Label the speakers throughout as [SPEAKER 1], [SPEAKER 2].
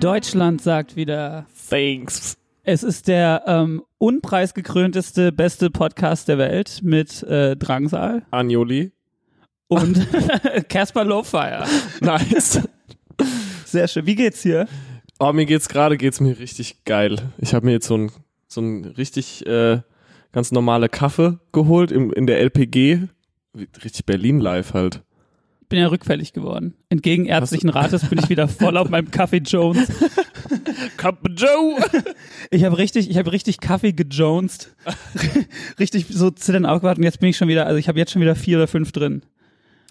[SPEAKER 1] Deutschland sagt wieder,
[SPEAKER 2] Thanks.
[SPEAKER 1] es ist der ähm, unpreisgekrönteste, beste Podcast der Welt mit äh, Drangsal
[SPEAKER 2] Anjoli.
[SPEAKER 1] und Caspar Lowfire.
[SPEAKER 2] Nice.
[SPEAKER 1] Sehr schön. Wie geht's hier?
[SPEAKER 2] Oh, mir geht's gerade, geht's mir richtig geil. Ich habe mir jetzt so ein, so ein richtig äh, ganz normale Kaffee geholt im, in der LPG. Wie- Richtig Berlin-Live halt.
[SPEAKER 1] Bin ja rückfällig geworden. Entgegen ärztlichen Rates bin ich wieder voll auf meinem Kaffee Jones.
[SPEAKER 2] Cup Joe!
[SPEAKER 1] Ich habe richtig, ich habe richtig Kaffee gejonest. richtig so zittern aufgewacht und jetzt bin ich schon wieder, also ich habe jetzt schon wieder vier oder fünf drin.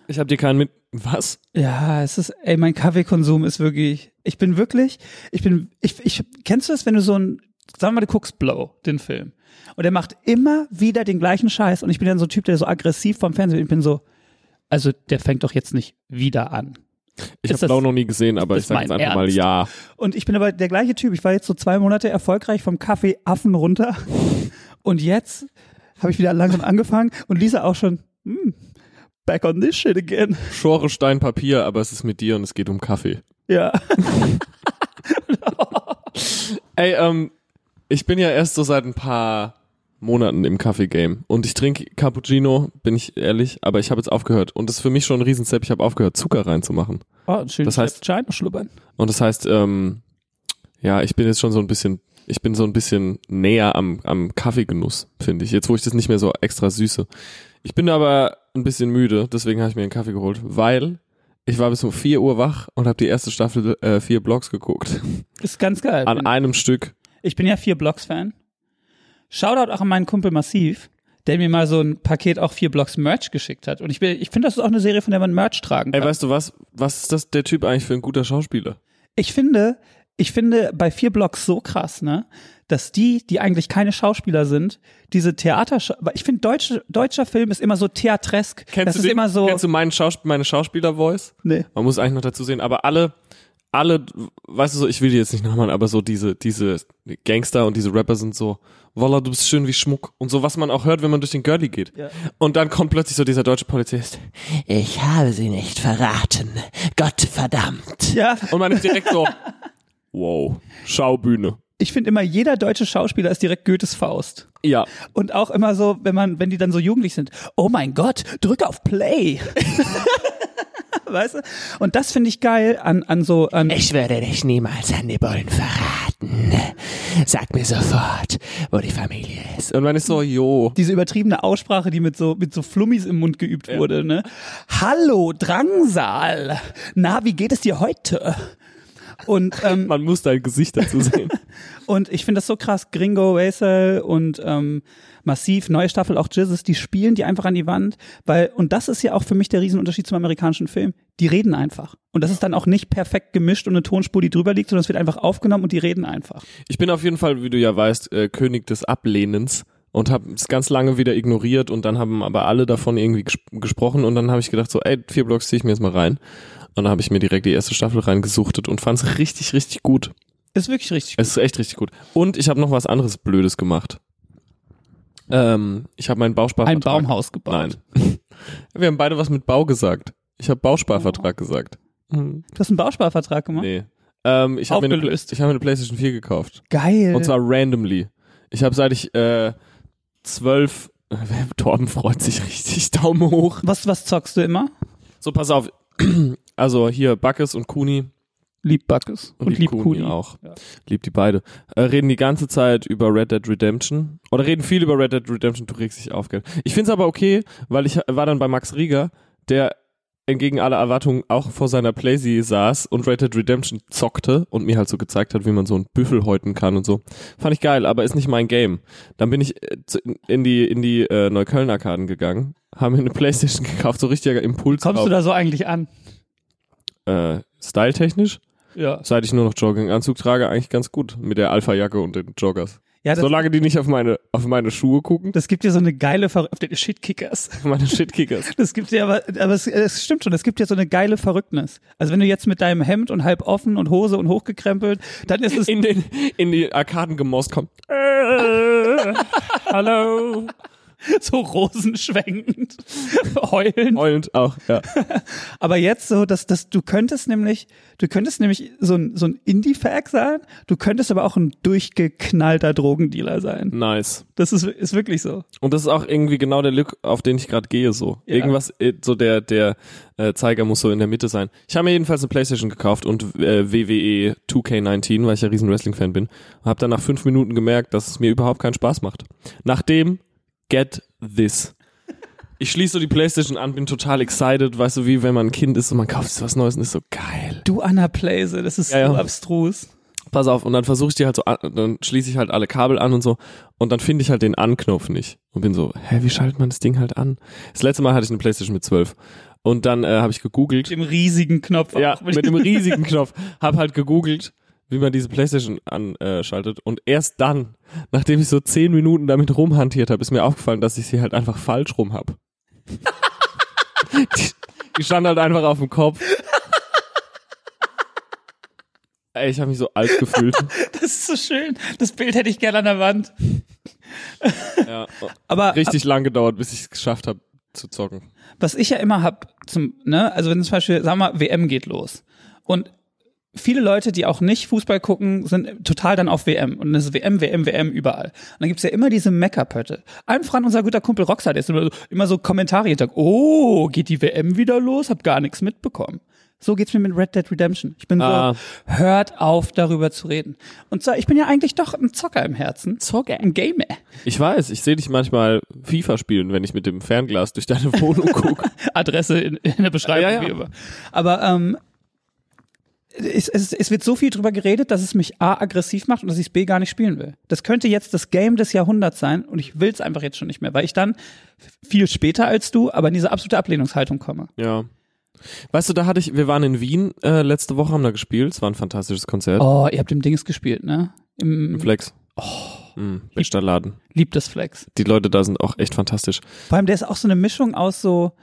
[SPEAKER 2] Ich habe dir keinen mit. Was?
[SPEAKER 1] Ja, es ist, ey, mein Kaffeekonsum ist wirklich, ich bin wirklich, ich bin, ich, ich, kennst du das, wenn du so ein, sagen wir mal, du guckst Blow, den Film. Und der macht immer wieder den gleichen Scheiß und ich bin dann so ein Typ, der so aggressiv vom Fernsehen, ich bin so, also der fängt doch jetzt nicht wieder an. Ist
[SPEAKER 2] Ich habe
[SPEAKER 1] das-
[SPEAKER 2] Blau noch nie gesehen, aber
[SPEAKER 1] das
[SPEAKER 2] ich sage jetzt
[SPEAKER 1] mein
[SPEAKER 2] einfach mal
[SPEAKER 1] Ernst?
[SPEAKER 2] ja.
[SPEAKER 1] Und ich bin aber der gleiche Typ. Ich war jetzt so zwei Monate erfolgreich vom Kaffeeaffen runter. Und jetzt habe ich wieder langsam angefangen und Lisa auch schon, hm, back on this shit again.
[SPEAKER 2] Schore, Stein, Papier, aber es ist mit dir und es geht um Kaffee.
[SPEAKER 1] Ja.
[SPEAKER 2] Ey, ähm, ich bin ja erst so seit ein paar Monaten im Kaffee-Game und ich trinke Cappuccino, bin ich ehrlich, aber ich habe jetzt aufgehört und das ist für mich schon ein Riesenstep, ich habe aufgehört, Zucker reinzumachen.
[SPEAKER 1] Oh, ein schönes
[SPEAKER 2] Das heißt-
[SPEAKER 1] China schlubbern.
[SPEAKER 2] Und das heißt, ähm, ja, ich bin jetzt schon so ein bisschen, ich bin so ein bisschen näher am, am Kaffeegenuss, finde ich, jetzt wo ich das nicht mehr so extra süße. Ich bin aber ein bisschen müde, deswegen habe ich mir einen Kaffee geholt, weil ich war bis um 4 Uhr wach und habe die erste Staffel äh, vier Blogs geguckt,
[SPEAKER 1] Ist ganz geil.
[SPEAKER 2] an einem Stück.
[SPEAKER 1] Ich bin ja vier Blocks Fan. Shoutout auch an meinen Kumpel Massiv, der mir mal so ein Paket auch vier Blocks Merch geschickt hat. Und ich bin, ich finde, das ist auch eine Serie, von der man Merch tragen kann.
[SPEAKER 2] Ey, weißt du was? Was ist das der Typ eigentlich für ein guter Schauspieler?
[SPEAKER 1] Ich finde, ich finde bei vier Blocks so krass, ne, dass die, die eigentlich keine Schauspieler sind, diese Theater, weil ich finde deutsche, deutscher Film ist immer so theatresk. das ist
[SPEAKER 2] den-
[SPEAKER 1] immer so.
[SPEAKER 2] Kennst du meinen Schaus meine Schauspieler-Voice?
[SPEAKER 1] nee.
[SPEAKER 2] Man muss eigentlich noch dazu sehen, aber alle, alle, weißt du so, ich will die jetzt nicht nochmal, aber so diese, diese Gangster und diese Rapper sind so, Walla, du bist schön wie Schmuck und so, was man auch hört, wenn man durch den Girlie geht.
[SPEAKER 1] Ja.
[SPEAKER 2] Und dann kommt plötzlich so dieser deutsche Polizist
[SPEAKER 3] Ich habe sie nicht verraten. Gott verdammt.
[SPEAKER 1] Ja,
[SPEAKER 2] und man ist direkt so, wow, Schaubühne.
[SPEAKER 1] ich finde immer jeder deutsche Schauspieler ist direkt Goethes Faust.
[SPEAKER 2] Ja,
[SPEAKER 1] Und auch immer so, wenn man, wenn die dann so jugendlich sind, oh mein Gott, drück auf Play. weißt du? Und das finde ich geil an, an so, an,
[SPEAKER 3] Ich würde dich niemals an die Bullen verraten. Sag mir sofort, wo die Familie ist.
[SPEAKER 2] und man ist so, jo.
[SPEAKER 1] diese übertriebene Aussprache, die mit so mit so Flummis im Mund geübt wurde, ne? Hallo Drangsal. Na, wie geht es dir heute? Und ähm,
[SPEAKER 2] Man muss dein Gesicht dazu sehen.
[SPEAKER 1] und ich finde das so krass, Gringo, Wesel und ähm, Massiv, neue Staffel auch Jizzes, die spielen die einfach an die Wand, weil und das ist ja auch für mich der Riesenunterschied zum amerikanischen Film. Die reden einfach und das ist dann auch nicht perfekt gemischt und eine Tonspur, die drüber liegt, sondern es wird einfach aufgenommen und die reden einfach.
[SPEAKER 2] Ich bin auf jeden Fall, wie du ja weißt, äh, König des Ablehnens und habe es ganz lange wieder ignoriert und dann haben aber alle davon irgendwie ges gesprochen und dann habe ich gedacht so, ey, vier Blocks ziehe ich mir jetzt mal rein. Und dann habe ich mir direkt die erste Staffel reingesuchtet und fand es richtig, richtig gut.
[SPEAKER 1] Ist wirklich richtig.
[SPEAKER 2] Es ist echt richtig gut. Und ich habe noch was anderes Blödes gemacht. Ähm, ich habe meinen Bausparvertrag.
[SPEAKER 1] Ein Baumhaus gebaut.
[SPEAKER 2] Nein. Wir haben beide was mit Bau gesagt. Ich habe Bausparvertrag gesagt. Hm,
[SPEAKER 1] Du hast einen Bausparvertrag gemacht.
[SPEAKER 2] nee. Ähm, ich habe mir, eine Pla-
[SPEAKER 1] Aufgelöst.
[SPEAKER 2] ich hab mir eine PlayStation 4 gekauft.
[SPEAKER 1] Geil.
[SPEAKER 2] Und zwar randomly. Ich habe seit ich äh, zwölf. äh, Torben freut sich richtig. Daumen hoch.
[SPEAKER 1] was was zockst du immer?
[SPEAKER 2] So, pass auf. Also hier Backes und Kuni
[SPEAKER 1] Lieb Backes und, Lieb Kuni.
[SPEAKER 2] auch.
[SPEAKER 1] Ja.
[SPEAKER 2] Liebt die beide. Äh, reden die ganze Zeit über Red Dead Redemption. Oder reden viel über Red Dead Redemption. Du regst dich auf, gell? Ich find's aber okay, weil ich war dann bei Max Rieger, der entgegen aller Erwartungen auch vor seiner Playsee saß und Red Dead Redemption zockte und mir halt so gezeigt hat, wie man so einen Büffel häuten kann und so. Fand ich geil, aber ist nicht mein Game. Dann bin ich äh, zu- in die, in die äh, Neukölln-Arkaden gegangen, haben mir eine Playstation gekauft, so richtiger Impuls.
[SPEAKER 1] Kommst du da so eigentlich an?
[SPEAKER 2] äh, styletechnisch?
[SPEAKER 1] Ja.
[SPEAKER 2] Seit ich nur noch Jogginganzug trage, eigentlich ganz gut mit der Alpha-Jacke und den Joggers.
[SPEAKER 1] Ja, das,
[SPEAKER 2] Solange die nicht auf meine, auf meine Schuhe gucken,
[SPEAKER 1] das gibt dir so eine geile Ver auf den Shitkickers.
[SPEAKER 2] auf meine Shitkickers.
[SPEAKER 1] Das gibt dir aber aber es, es stimmt schon, es gibt dir so eine geile Verrücktnis. Also wenn du jetzt mit deinem Hemd und halb offen und Hose und hochgekrempelt, dann ist es
[SPEAKER 2] In, den, in die Arkaden gemost kommt. Hallo.
[SPEAKER 1] so rosenschwenkend, heulend.
[SPEAKER 2] Heulend auch, ja.
[SPEAKER 1] Aber jetzt so, dass, dass du könntest nämlich, du könntest nämlich so ein, so ein Indie-Fag sein, du könntest aber auch ein durchgeknallter Drogendealer sein.
[SPEAKER 2] Nice.
[SPEAKER 1] Das ist, ist wirklich so.
[SPEAKER 2] Und das ist auch irgendwie genau der Look, auf den ich gerade gehe, so.
[SPEAKER 1] Ja.
[SPEAKER 2] Irgendwas, äh, so der, der äh, Zeiger muss so in der Mitte sein. Ich habe mir jedenfalls eine Playstation gekauft und äh, WWE 2K19, weil ich ja riesen Wrestling-Fan bin. Habe dann nach fünf Minuten gemerkt, dass es mir überhaupt keinen Spaß macht. Nachdem, get this. Ich schließe so die Playstation an, bin total excited, weißt du, wie wenn man ein Kind ist und man kauft sich was Neues und ist so geil.
[SPEAKER 1] Du Anna Plaise, das ist
[SPEAKER 2] Ja,
[SPEAKER 1] so
[SPEAKER 2] ja.
[SPEAKER 1] abstrus.
[SPEAKER 2] Pass auf, und dann versuche ich die halt so, an, dann schließe ich halt alle Kabel an und so, und dann finde ich halt den Anknopf nicht. Und bin so, hä, wie schaltet man das Ding halt an? Das letzte Mal hatte ich eine Playstation mit 12. Und dann äh, habe ich gegoogelt.
[SPEAKER 1] Mit dem riesigen Knopf.
[SPEAKER 2] Ja,
[SPEAKER 1] auch.
[SPEAKER 2] mit dem riesigen Knopf. Hab halt gegoogelt, wie man diese Playstation anschaltet. Und erst dann, nachdem ich so zehn Minuten damit rumhantiert habe, ist mir aufgefallen, dass ich sie halt einfach falsch rum hab. die, die stand halt einfach auf dem Kopf. Ey, ich habe mich so alt gefühlt.
[SPEAKER 1] Das ist so schön. Das Bild hätte ich gerne an der Wand.
[SPEAKER 2] Ja,
[SPEAKER 1] Aber
[SPEAKER 2] richtig lang gedauert, bis ich es geschafft habe zu zocken.
[SPEAKER 1] was ich ja immer hab, zum, ne, also wenn zum Beispiel, sag mal, WM geht los und viele Leute, die auch nicht Fußball gucken, sind total dann auf WM und es ist WM, WM, WM überall. Und dann gibt's ja immer diese Meckerpötte. Allen voran unser guter Kumpel Rockstar, der ist immer so, immer so Kommentare jeden Tag, oh, geht die WM wieder los? Hab gar nichts mitbekommen. So geht's mir mit Red Dead Redemption. Ich bin so,
[SPEAKER 2] Ah.
[SPEAKER 1] hört auf, darüber zu reden. Und zwar, ich bin ja eigentlich doch ein Zocker im Herzen. Zocker. Ein Gamer.
[SPEAKER 2] Ich weiß, ich sehe dich manchmal FIFA spielen, wenn ich mit dem Fernglas durch deine Wohnung gucke.
[SPEAKER 1] Adresse in, in der Beschreibung.
[SPEAKER 2] Ja, ja.
[SPEAKER 1] wie immer. Aber ähm, es, es, es wird so viel drüber geredet, dass es mich A aggressiv macht und dass ich es B gar nicht spielen will. Das könnte jetzt das Game des Jahrhunderts sein und ich will es einfach jetzt schon nicht mehr, weil ich dann viel später als du, aber in diese absolute Ablehnungshaltung komme.
[SPEAKER 2] Ja. Weißt du, da hatte ich, wir waren in Wien äh, letzte Woche, haben da gespielt. Es war ein fantastisches Konzert.
[SPEAKER 1] Oh, ihr habt im Dings gespielt, ne?
[SPEAKER 2] Im
[SPEAKER 1] Im
[SPEAKER 2] Flex. Oh. Mm, Lichterladen.
[SPEAKER 1] Lieb das Flex.
[SPEAKER 2] Die Leute da sind auch echt fantastisch.
[SPEAKER 1] Vor allem, der ist auch so eine Mischung aus so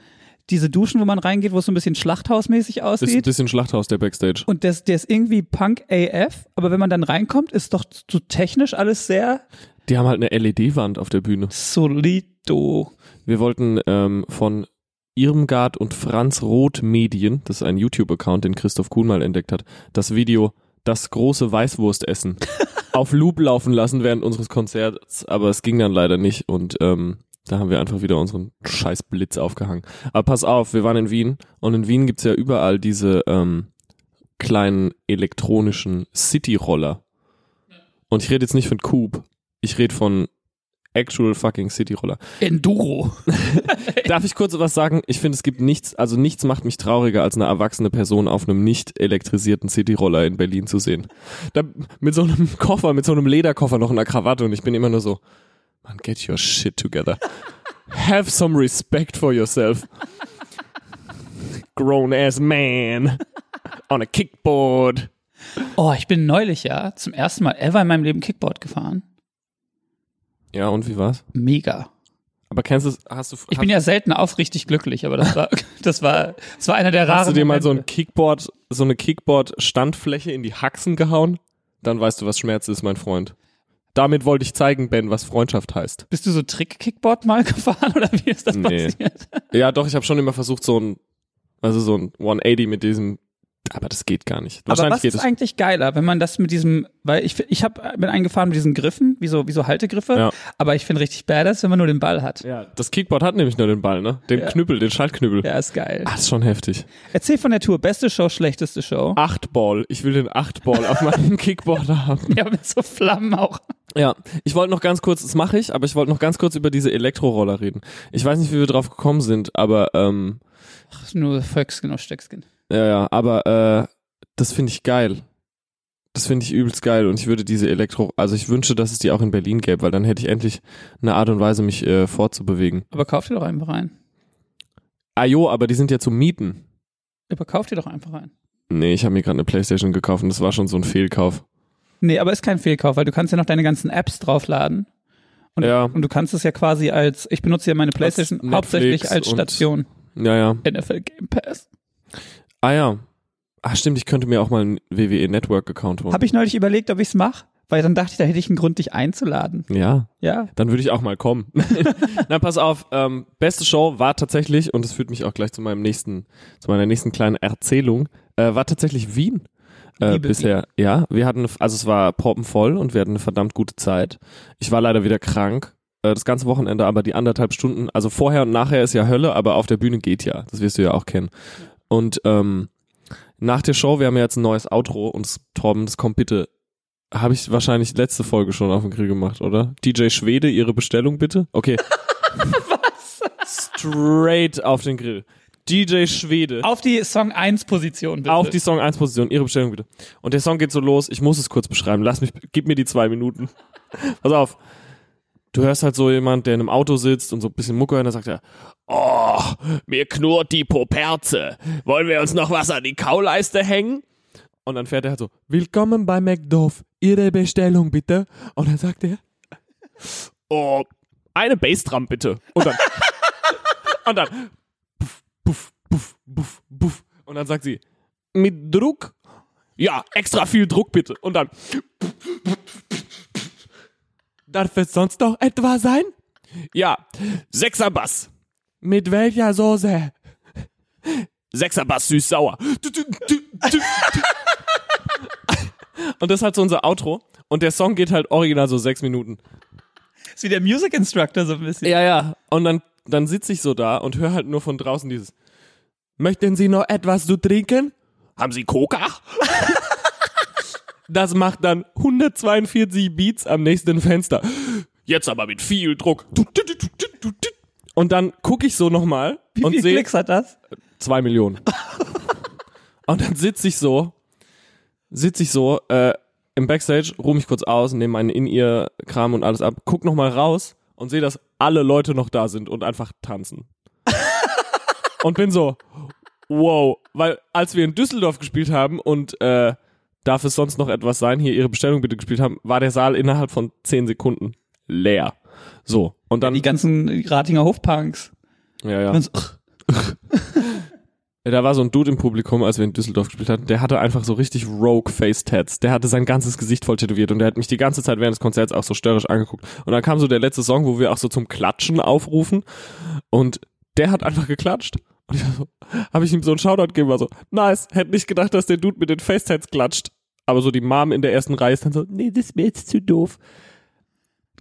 [SPEAKER 1] diese Duschen, wo man reingeht, wo es so ein bisschen schlachthausmäßig
[SPEAKER 2] Das ist ein
[SPEAKER 1] aussieht.
[SPEAKER 2] bisschen Schlachthaus, der Backstage.
[SPEAKER 1] Und der, ist- der ist irgendwie Punk AF, aber wenn man dann reinkommt, ist doch so technisch alles sehr
[SPEAKER 2] Die haben halt eine LED-Wand auf der Bühne.
[SPEAKER 1] Solido.
[SPEAKER 2] Wir wollten ähm, von Irmgard und Franz Roth Medien, das ist ein YouTube-Account, den Christoph Kuhn mal entdeckt hat, das Video Das große Weißwurstessen auf Loop laufen lassen während unseres Konzerts, aber es ging dann leider nicht und ähm, da haben wir einfach wieder unseren scheiß Blitz aufgehangen. Aber pass auf, wir waren in Wien und in Wien gibt's ja überall diese ähm, kleinen elektronischen City-Roller. Und ich rede jetzt nicht von Coupe, ich rede von actual fucking City-Roller.
[SPEAKER 1] Enduro.
[SPEAKER 2] Darf ich kurz was sagen? Ich finde, es gibt nichts, also nichts macht mich trauriger, als eine erwachsene Person auf einem nicht elektrisierten Cityroller in Berlin zu sehen. Da, mit so einem Koffer, mit so einem Lederkoffer noch einer Krawatte und ich bin immer nur so, man, get your shit together. Have some respect for yourself. Grown ass man. On a kickboard.
[SPEAKER 1] Oh, ich bin neulich ja zum ersten Mal ever in meinem Leben Kickboard gefahren.
[SPEAKER 2] Ja, und wie war's?
[SPEAKER 1] Mega.
[SPEAKER 2] Aber kennst du, hast du,
[SPEAKER 1] Ich bin ja selten aufrichtig glücklich, aber das war, das war, das war einer der raren.
[SPEAKER 2] Hast du dir mal so ein
[SPEAKER 1] Momente.
[SPEAKER 2] Kickboard, so eine Kickboard-Standfläche in die Haxen gehauen? Dann weißt du, was Schmerz ist, mein Freund. Damit wollte ich zeigen, Ben, was Freundschaft heißt.
[SPEAKER 1] Bist du so Trick-Kickboard mal gefahren oder wie ist das
[SPEAKER 2] Nee.
[SPEAKER 1] passiert?
[SPEAKER 2] Ja, doch, ich habe schon immer versucht, so ein, also so ein 180 mit diesem, aber das geht gar nicht.
[SPEAKER 1] Aber
[SPEAKER 2] Wahrscheinlich
[SPEAKER 1] was
[SPEAKER 2] geht
[SPEAKER 1] ist
[SPEAKER 2] es.
[SPEAKER 1] eigentlich geiler, wenn man das mit diesem, weil ich, ich hab, bin eingefahren mit diesen Griffen, wie so, wie so Haltegriffe,
[SPEAKER 2] Ja.
[SPEAKER 1] aber ich finde richtig badass, wenn man nur den Ball hat. Ja,
[SPEAKER 2] Das Kickboard hat nämlich nur den Ball, ne? Den
[SPEAKER 1] Ja.
[SPEAKER 2] Knüppel, den Schaltknüppel.
[SPEAKER 1] ist geil.
[SPEAKER 2] Ah, ist schon heftig.
[SPEAKER 1] Erzähl von der Tour. Beste Show, schlechteste Show.
[SPEAKER 2] Achtball. Ich will den Achtball auf meinem Kickboard haben.
[SPEAKER 1] Ja, mit so Flammen auch.
[SPEAKER 2] Ja, ich wollte noch ganz kurz, das mache ich, aber ich wollte noch ganz kurz über diese Elektroroller reden. Ich weiß nicht, wie wir drauf gekommen sind, aber ähm,
[SPEAKER 1] Ach, nur Volksgen auf Stöckskin.
[SPEAKER 2] Ja, ja, aber äh, das finde ich geil. Das finde ich übelst geil und ich würde diese Elektro, also ich wünsche, dass es die auch in Berlin gäbe, weil dann hätte ich endlich eine Art und Weise, mich äh, fortzubewegen.
[SPEAKER 1] Aber kauft ihr doch einfach ein.
[SPEAKER 2] Ah jo, aber die sind ja zum Mieten.
[SPEAKER 1] Aber kauft ihr doch einfach ein.
[SPEAKER 2] Nee, ich habe mir gerade eine Playstation gekauft und das war schon so ein Fehlkauf.
[SPEAKER 1] Nee, aber ist kein Fehlkauf, weil du kannst ja noch deine ganzen Apps draufladen. Und,
[SPEAKER 2] Ja.
[SPEAKER 1] und du kannst es ja quasi als, ich benutze ja meine Playstation
[SPEAKER 2] Netflix
[SPEAKER 1] hauptsächlich als
[SPEAKER 2] und-
[SPEAKER 1] Station.
[SPEAKER 2] Ja, ja.
[SPEAKER 1] NFL Game Pass.
[SPEAKER 2] Ah ja. Ah stimmt, ich könnte mir auch mal einen WWE Network Account holen.
[SPEAKER 1] Habe ich neulich überlegt, ob ich's mach, mache, Weil dann dachte ich, da hätte ich einen Grund, dich einzuladen.
[SPEAKER 2] Ja,
[SPEAKER 1] Ja.
[SPEAKER 2] dann würde ich auch mal kommen. Na, pass auf, ähm, beste Show war tatsächlich, und das führt mich auch gleich zu meinem nächsten, zu meiner nächsten kleinen Erzählung, äh, war tatsächlich Wien. Äh,
[SPEAKER 1] Liebe
[SPEAKER 2] bisher, ja. Wir hatten, eine, also es war proppenvoll und wir hatten eine verdammt gute Zeit. Ich war leider wieder krank. äh, Das ganze Wochenende, aber die anderthalb Stunden, also vorher und nachher ist ja Hölle, aber auf der Bühne geht ja. Das wirst du ja auch kennen. Und ähm, nach der Show, wir haben ja jetzt ein neues Outro und es- Torben, das kommt bitte habe ich wahrscheinlich letzte Folge schon auf den Grill gemacht, oder? DJ Schwede, Ihre Bestellung bitte? Okay. Was? Straight auf den Grill. DJ Schwede.
[SPEAKER 1] Auf die Song 1 Position bitte.
[SPEAKER 2] Auf die Song 1 Position, Ihre Bestellung bitte. Und der Song geht so los, ich muss es kurz beschreiben, lass mich, gib mir die zwei Minuten. Pass auf. Du hörst halt so jemand, der in einem Auto sitzt und so ein bisschen Mucke hört, und dann sagt er, oh, mir knurrt die Poperze. Wollen wir uns noch was an die Kauleiste hängen? Und dann fährt er halt so, willkommen bei McDuff, Ihre Bestellung bitte. Und dann sagt er, oh, eine Bassdrum bitte. Und dann, und dann, puff, puff, puff, puff. Und dann sagt sie, mit Druck? Ja, extra viel Druck bitte. Und dann. Darf es sonst noch etwa sein? Ja, Sechser Bass. Mit welcher Soße? Sechser Bass süß-sauer. Du, du, du, du, du. Und das ist halt so unser Outro. Und der Song geht halt original so sechs Minuten.
[SPEAKER 1] Ist wie der Music Instructor so ein bisschen.
[SPEAKER 2] Ja, ja. Und dann, dann sitze ich so da und höre halt nur von draußen dieses. Möchten Sie noch etwas zu trinken? Haben Sie Coca? das macht dann 142 Beats am nächsten Fenster. Jetzt aber mit viel Druck. Und dann gucke ich so nochmal
[SPEAKER 1] Wie
[SPEAKER 2] und
[SPEAKER 1] viele
[SPEAKER 2] sehe
[SPEAKER 1] Klicks hat das?
[SPEAKER 2] zwei Millionen. und dann sitze ich so, sitze ich so äh, im Backstage, ruh mich kurz aus, nehme meinen In-Ear-Kram und alles ab, guck nochmal raus und sehe, dass alle Leute noch da sind und einfach tanzen. und bin so, wow, weil als wir in Düsseldorf gespielt haben und äh, darf es sonst noch etwas sein, hier ihre Bestellung bitte gespielt haben, war der Saal innerhalb von 10 Sekunden leer. So, und dann
[SPEAKER 1] Die ganzen Ratinger Hofpunks.
[SPEAKER 2] ja, ja.
[SPEAKER 1] Man so, ugh.
[SPEAKER 2] Da war so ein Dude im Publikum, als wir in Düsseldorf gespielt hatten, der hatte einfach so richtig rogue Face-Tats. Der hatte sein ganzes Gesicht voll tätowiert und der hat mich die ganze Zeit während des Konzerts auch so störrisch angeguckt. Und dann kam so der letzte Song, wo wir auch so zum Klatschen aufrufen und der hat einfach geklatscht. Und ich war so, habe ich ihm so einen Shoutout gegeben, war so, nice, hätte nicht gedacht, dass der Dude mit den Face-Tats klatscht. Aber so die Mom in der ersten Reihe ist dann so, nee, das ist mir jetzt zu doof.